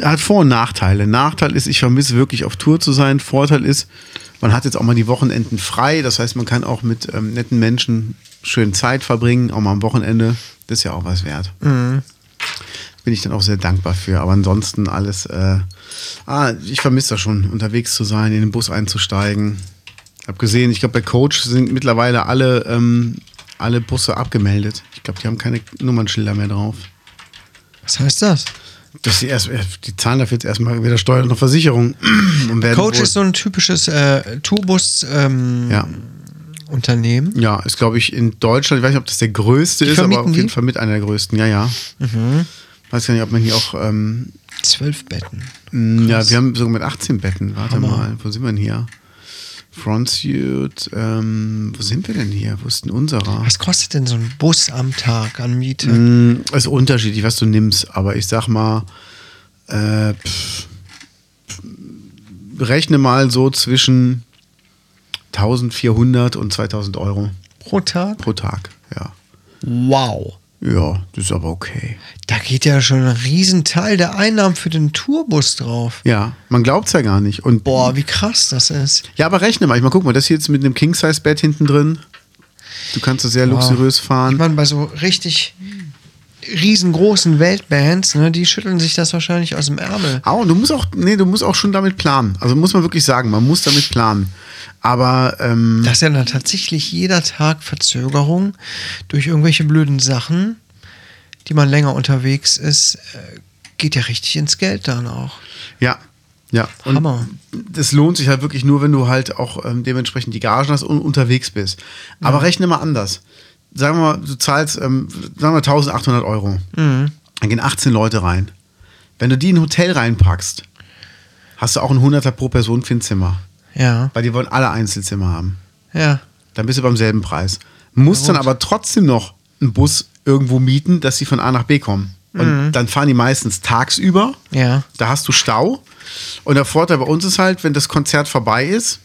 B: hat Vor- und Nachteile. Nachteil ist, ich vermisse wirklich auf Tour zu sein. Vorteil ist, man hat jetzt auch mal die Wochenenden frei. Das heißt, man kann auch mit ähm, netten Menschen schön Zeit verbringen, auch mal am Wochenende. Das ist ja auch was wert. Bin ich dann auch sehr dankbar für. Aber ansonsten alles, äh, ah, ich vermisse das schon, unterwegs zu sein, in den Bus einzusteigen. Hab gesehen, ich glaube, bei Coach sind mittlerweile alle, ähm, alle Busse abgemeldet. Ich glaube, die haben keine Nummernschilder mehr drauf.
A: was heißt das?
B: Dass sie erst, äh, die zahlen dafür jetzt erstmal weder Steuern noch Versicherung. [clears throat] Und werden
A: Coach
B: wohl-
A: ist so ein typisches äh, Tourbus-Unternehmen.
B: ja. ja, ist, glaube ich, in Deutschland, ich weiß nicht, ob das der größte
A: Die
B: ist, aber
A: vermieten
B: auf jeden
A: die? Mhm.
B: Fall mit einer der größten. Ja, ja. Weiß gar nicht, ob man hier auch. Ähm,
A: Zwölf Betten.
B: Mm, Ja, wir haben sogar mit 18 Betten. Warte mal, wo sind wir denn hier? Frontsuit, ähm, wo sind wir denn hier? Wo ist denn unserer?
A: Was kostet denn so ein Bus am Tag an Miete?
B: Mm, Ist unterschiedlich, was du nimmst, aber ich sag mal, äh, pff, pff, rechne mal so zwischen 1400 und 2000 Euro
A: Pro Tag?
B: pro Tag. Ja,
A: Wow.
B: ja das ist aber okay.
A: Da geht ja schon ein Riesenteil der Einnahmen für den Tourbus drauf.
B: Ja, man glaubt's ja gar nicht. Und
A: Boah, wie krass das ist.
B: Ja, aber rechne mal. Ich mal guck mal, das hier jetzt mit einem King-Size-Bett hinten drin. Du kannst das sehr luxuriös
A: Ich
B: fahren.
A: meine, bei so richtig riesengroßen Weltbands, ne, die schütteln sich das wahrscheinlich aus dem Ärmel.
B: Au, du musst auch, nee, du musst auch schon damit planen. Also muss man wirklich sagen, man muss damit planen. Aber ähm,
A: Das ist ja dann tatsächlich jeder Tag Verzögerung durch irgendwelche blöden Sachen, die man länger unterwegs ist, äh, geht ja richtig ins Geld dann auch.
B: ja, ja. Und
A: Hammer.
B: Das lohnt sich halt wirklich nur, wenn du halt auch ähm, dementsprechend die Gagen hast und unterwegs bist. Aber rechne mal anders. Sagen wir mal, du zahlst, ähm, sagen wir 1800 Euro. Dann gehen 18 Leute rein. Wenn du die in ein Hotel reinpackst, hast du auch einen Hunderter pro Person für ein Zimmer.
A: Ja,
B: Weil die wollen alle Einzelzimmer haben.
A: ja.
B: dann bist du beim selben Preis. Musst dann aber trotzdem noch einen Bus irgendwo mieten, dass sie von A nach B kommen. Und dann fahren die meistens tagsüber.
A: Ja.
B: Da hast du Stau. Und der Vorteil bei uns ist halt, wenn das Konzert vorbei ist,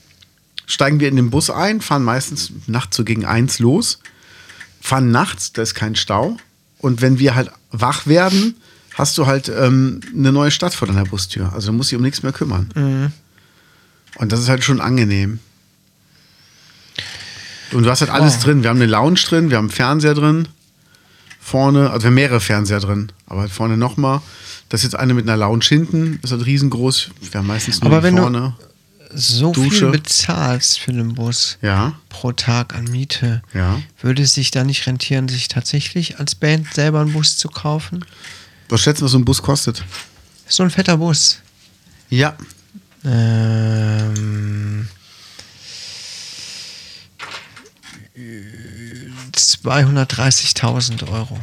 B: steigen wir in den Bus ein, fahren meistens nachts so gegen eins los, fahren nachts, da ist kein Stau. Und wenn wir halt wach werden, hast du halt ähm, eine neue Stadt vor deiner Bustür. Also du musst dich um nichts mehr kümmern. Und das ist halt schon angenehm. Und du hast halt alles
A: Wow.
B: drin. Wir haben eine Lounge drin, wir haben einen Fernseher drin. Vorne, also wir haben mehrere Fernseher drin, aber halt vorne nochmal. Das ist jetzt eine mit einer Lounge hinten, ist halt riesengroß. Wir haben meistens nur
A: Aber
B: die
A: wenn du-
B: vorne.
A: So
B: Dusche.
A: viel bezahlst für den Bus
B: ja,
A: pro Tag an Miete.
B: Ja.
A: Würde es sich da nicht rentieren, sich tatsächlich als Band selber einen Bus zu kaufen?
B: was schätzen, was so ein Bus kostet?
A: Ist so ein fetter Bus.
B: Ja,
A: Ähm, 230.000 Euro.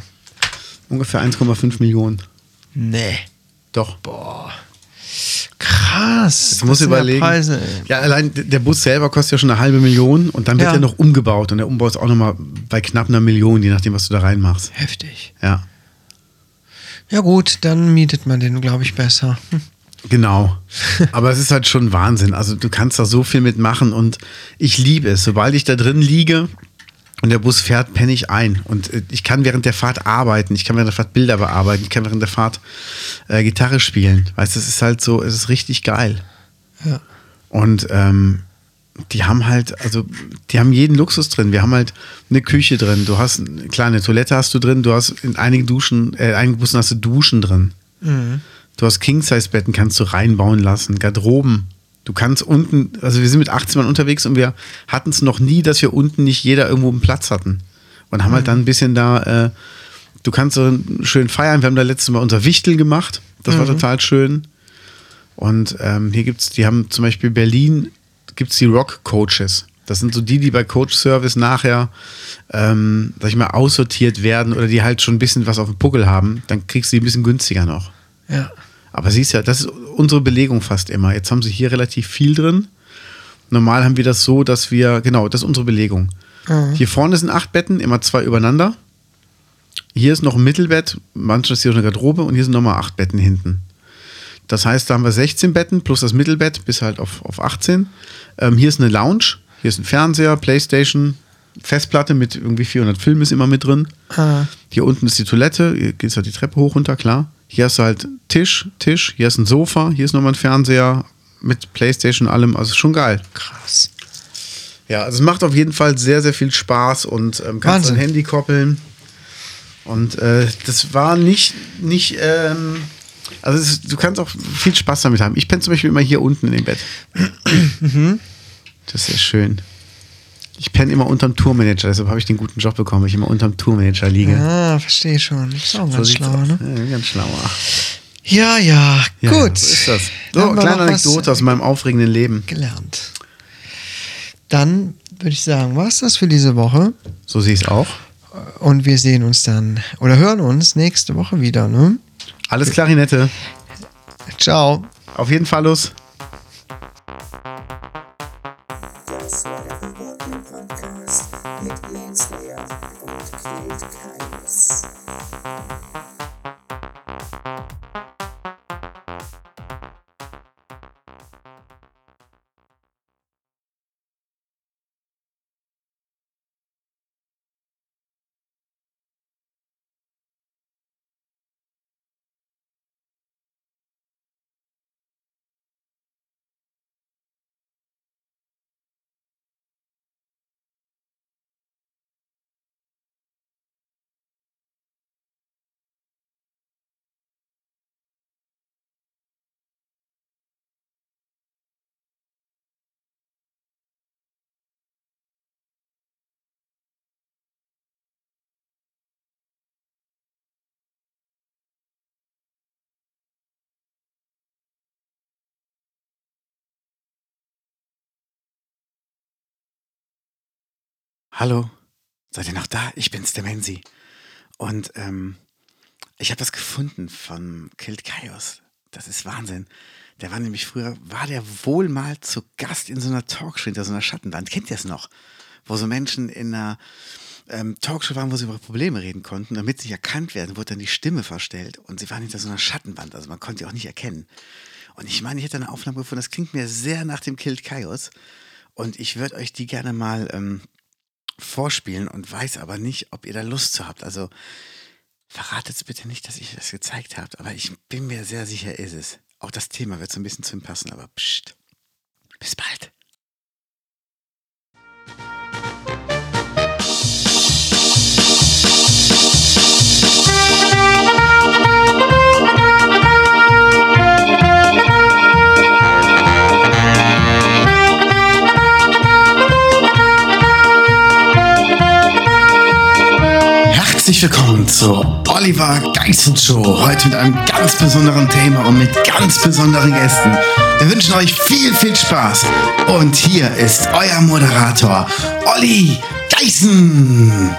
B: ungefähr 1,5 Millionen.
A: Nee.
B: Doch.
A: Boah. Krass.
B: Du musst
A: das sind ja
B: überlegen.
A: Preise.
B: Ja, allein d- der Bus selber kostet ja schon eine halbe Million und dann wird
A: Ja.
B: er noch umgebaut und der Umbau ist auch nochmal bei knapp einer Million, je nachdem, was du da reinmachst.
A: Heftig.
B: Ja,
A: Ja gut, dann mietet man den, glaube ich, besser. [laughs] Hm.
B: genau. Aber es ist halt schon Wahnsinn. Also du kannst da so viel mitmachen und ich liebe es. Sobald ich da drin liege und der Bus fährt, penne ich ein. Und äh, ich kann während der Fahrt arbeiten, ich kann während der Fahrt Bilder bearbeiten, ich kann während der Fahrt äh, Gitarre spielen. Weißt du, es ist halt so, es ist richtig geil.
A: Ja.
B: Und ähm, die haben halt, also die haben jeden Luxus drin. Wir haben halt eine Küche drin, du hast eine kleine Toilette hast du drin, du hast in einigen Duschen, äh, einigen Bussen hast du Duschen drin. Du hast King-Size-Betten, kannst du reinbauen lassen, Garderoben. Du kannst unten, also wir sind mit 18 Mann unterwegs und wir hatten es noch nie, dass wir unten nicht jeder irgendwo einen Platz hatten. Und haben halt dann ein bisschen da, äh, du kannst so schön feiern. Wir haben da letztes Mal unser Wichteln gemacht. Das war total schön. Und ähm, hier gibt's, die haben zum Beispiel Berlin, gibt's die Rock Coaches. Das sind so die, die bei Coach Service nachher, ähm, sag ich mal, aussortiert werden oder die halt schon ein bisschen was auf dem Puckel haben. Dann kriegst du die ein bisschen günstiger noch.
A: Ja.
B: Aber siehst ja, das ist unsere Belegung fast immer. Jetzt haben sie hier relativ viel drin. Normal haben wir das so, dass wir, genau, das ist unsere Belegung. Hier vorne sind acht Betten, immer zwei übereinander. Hier ist noch ein Mittelbett, manchmal ist hier noch eine Garderobe und hier sind nochmal acht Betten hinten. Das heißt, da haben wir 16 Betten plus das Mittelbett bis halt auf, auf 18. Ähm, hier ist eine Lounge, hier ist ein Fernseher, Playstation, Festplatte mit irgendwie 400 Filmen ist immer mit drin.
A: Ah,
B: Hier unten ist die Toilette, hier geht halt die Treppe hoch runter, klar. Hier hast du halt Tisch, Tisch, hier ist ein Sofa, hier ist nochmal ein Fernseher mit Playstation und allem, also ist schon geil.
A: krass.
B: Ja, also es macht auf jeden Fall sehr, sehr viel Spaß und ähm, kannst
A: Wahnsinn.
B: dein Handy koppeln. Und äh, das war nicht, nicht, ähm, also es, ist- du kannst auch viel Spaß damit haben. Ich penne zum Beispiel immer hier unten in dem Bett. das ist sehr schön. Ich penne immer unterm Tourmanager, deshalb habe ich den guten Job bekommen, weil ich immer unterm Tourmanager liege.
A: Ah, verstehe schon. Ist auch ganz
B: sieht's
A: schlau,
B: aus.
A: ne?
B: Ja, ganz schlauer.
A: Ja, ja,
B: Ja,
A: gut.
B: So ist das.
A: Dann
B: So,
A: haben wir
B: kleine
A: noch was
B: Anekdote aus meinem aufregenden Leben.
A: Gelernt. Dann würde ich sagen, war's das für diese Woche.
B: So sehe ich es auch.
A: Und wir sehen uns dann oder hören uns nächste Woche wieder, ne?
B: Alles Klarinette.
A: Ciao.
B: Auf jeden Fall los.
D: Der Slayer Reporting Podcast mit Jens Slayer und Knut Kreis.
B: Hallo, seid ihr noch da? Ich bin's, der Menzi. Und ähm, ich habe das gefunden von Kilt Kaios. Das ist Wahnsinn. Der war nämlich früher, war der wohl mal zu Gast in so einer Talkshow hinter so einer Schattenwand. Kennt ihr es noch? Wo so Menschen in einer ähm, Talkshow waren, wo sie über Probleme reden konnten. Damit sie nicht erkannt werden, wurde dann die Stimme verstellt und sie waren hinter so einer Schattenwand. Also man konnte sie auch nicht erkennen. Und ich meine, ich hätte eine Aufnahme gefunden, das klingt mir sehr nach dem Kilt Kaios. Und ich würde euch die gerne mal ähm, vorspielen und weiß aber nicht, ob ihr da Lust zu habt. Also verratet bitte nicht, dass ihr das gezeigt habt, aber ich bin mir sehr sicher, ist es. Auch das Thema wird so ein bisschen zu ihm passen, aber pst. Bis bald. Herzlich willkommen zur Oliver Geissen Show. Heute mit einem ganz besonderen Thema und mit ganz besonderen Gästen. Wir wünschen euch viel, viel Spaß. Und hier ist euer Moderator, Olli Geissen.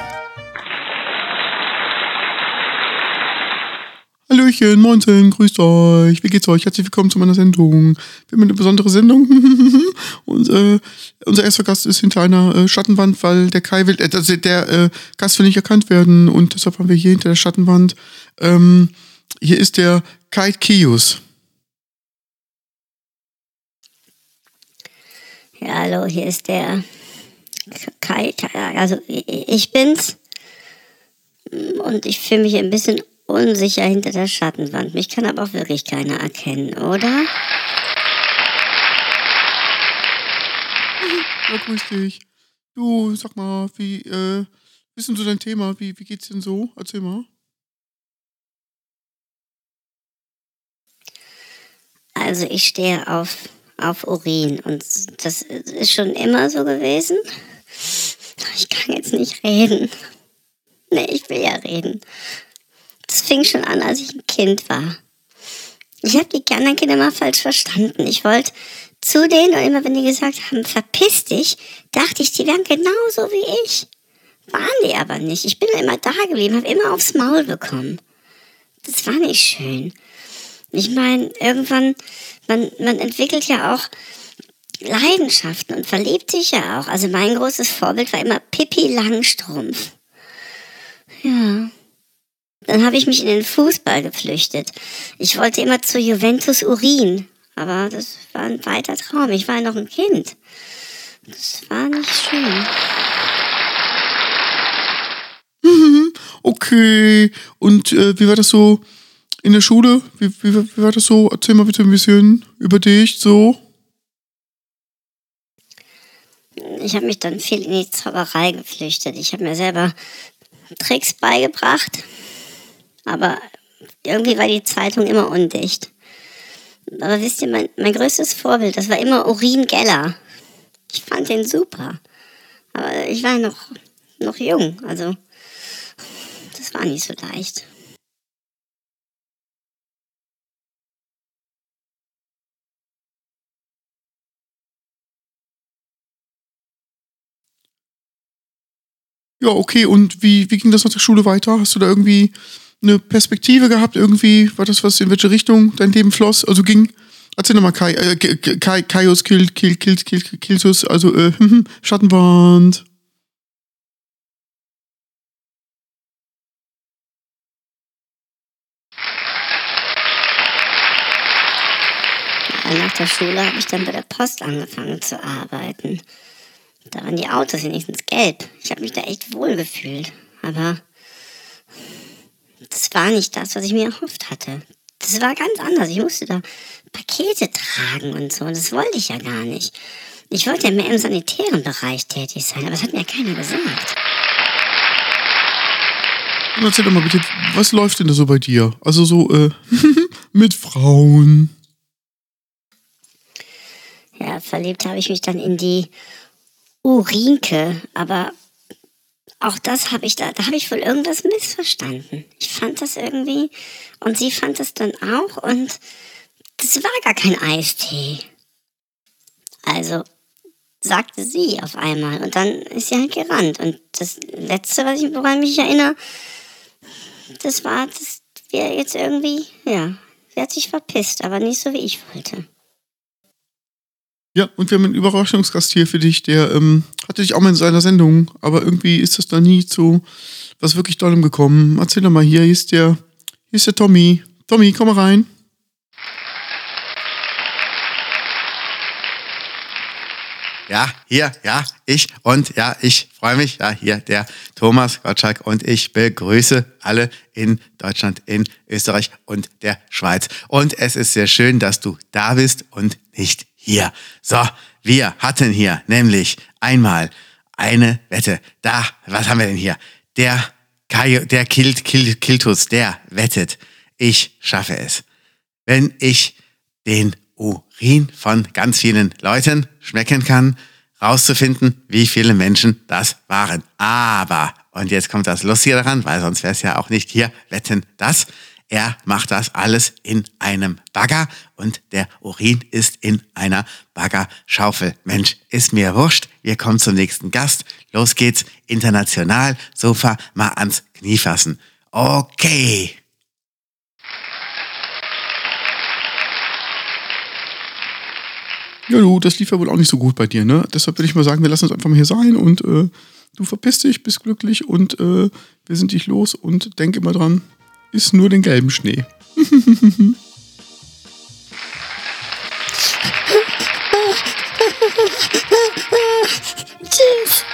E: Hallöchen, Moinsen, grüßt euch. Wie geht's euch? Herzlich willkommen zu meiner Sendung. Wir haben eine besondere Sendung. [laughs] Und äh, unser erster Gast ist hinter einer äh, Schattenwand, weil der Kai will, äh, also der äh, Gast will nicht erkannt werden. Und deshalb haben wir hier hinter der Schattenwand, ähm, hier ist der Kai Kius.
F: Ja, hallo, hier ist der Kai. Kai also ich bin's. Und ich fühle mich ein bisschen unsicher hinter der Schattenwand. Mich kann aber auch wirklich keiner erkennen, oder?
E: Ja, grüß dich. Du, sag mal, wie, äh, wie ist denn so dein Thema? Wie, wie geht's denn so? Erzähl mal.
F: Also ich stehe auf, auf Urin und das ist schon immer so gewesen. Ich kann jetzt nicht reden. Nee, ich will ja reden. Das fing schon an, als ich ein Kind war. Ich habe die anderen Kinder mal falsch verstanden. Ich wollte zu denen und immer wenn die gesagt haben, verpiss dich, dachte ich, die wären genauso wie ich. Waren die aber nicht. Ich bin immer da geblieben, habe immer aufs Maul bekommen. Das war nicht schön. Ich meine, irgendwann, man, man entwickelt ja auch Leidenschaften und verliebt sich ja auch. Also mein großes Vorbild war immer Pippi Langstrumpf. Ja. Dann habe ich mich in den Fußball geflüchtet. Ich wollte immer zu Juventus Urin, aber das war ein weiter Traum. Ich war noch ein Kind. Das war nicht schön.
E: Okay. Und äh, wie war das so in der Schule? Wie, wie, wie war das so? Erzähl mal bitte ein bisschen über dich, so.
F: Ich habe mich dann viel in die Zauberei geflüchtet. Ich habe mir selber Tricks beigebracht, aber irgendwie war die Zeitung immer undicht. Aber wisst ihr, mein, mein größtes Vorbild, das war immer Urin Geller. Ich fand den super. Aber ich war noch, noch jung, also das war nicht so leicht.
E: Ja, okay. Und wie, wie ging das nach der Schule weiter? Hast du da irgendwie eine Perspektive gehabt? Irgendwie war das was, in welche Richtung dein Leben floss? Also ging, erzähl nochmal, Kai, äh, K- K- Kai, Kaius, Kill, Kill, Kill, Kill, Killsus, also, äh, [laughs] Schattenwand.
F: Ja, Äh, Nach der Schule habe ich dann bei der Post angefangen zu arbeiten. Da waren die Autos wenigstens gelb. Ich habe mich da echt wohl gefühlt. Aber das war nicht das, was ich mir erhofft hatte. Das war ganz anders. Ich musste da Pakete tragen und so. Das wollte ich ja gar nicht. Ich wollte ja mehr im sanitären Bereich tätig sein, aber das hat mir ja keiner gesagt.
E: Und erzähl doch mal bitte, was läuft denn da so bei dir? Also so, äh, [laughs] mit Frauen.
F: Ja, verliebt habe ich mich dann in die Urinke, aber auch das habe ich da, da habe ich wohl irgendwas missverstanden. Ich fand das irgendwie und sie fand das dann auch und das war gar kein Eistee. Also, sagte sie auf einmal. Und dann ist sie halt gerannt. Und das Letzte, was ich, woran ich mich erinnere, das war, dass wir jetzt irgendwie, ja, sie hat sich verpisst, aber nicht so, wie ich wollte.
B: Ja, und wir haben einen Überraschungsgast hier für dich, der ähm, hatte dich auch mal in seiner Sendung, aber irgendwie ist das da nie zu was wirklich Tollem gekommen. Erzähl doch mal, hier ist der, hier ist der Tommy. Tommy, komm mal rein.
E: Ja, hier, ja, ich und ja, ich freue mich. Ja, hier der Thomas Gottschalk und ich begrüße alle in Deutschland, in Österreich und der Schweiz. Und es ist sehr schön, dass du da bist und nicht hier. So, wir hatten hier nämlich einmal eine Wette. Da, was haben wir denn hier? Der Kajo, der Kilt, Kilt, Kiltus, der wettet. Ich schaffe es wenn ich den Urin von ganz vielen Leuten schmecken kann, rauszufinden, wie viele Menschen das waren. Aber, und jetzt kommt das Lustige daran, weil sonst wäre es ja auch nicht hier, wetten das. Er macht das alles in einem Bagger und der Urin ist in einer Baggerschaufel. Mensch, ist mir wurscht. Wir kommen zum nächsten Gast. Los geht's. International. Sofa mal ans Knie fassen. Okay.
B: Ja, du, das lief ja wohl auch nicht so gut bei dir, ne? Deshalb würde ich mal sagen, wir lassen uns einfach mal hier sein und äh, du verpiss dich, bist glücklich und äh, wir sind dich los und denk immer dran, isst nur den gelben Schnee.
F: Tschüss.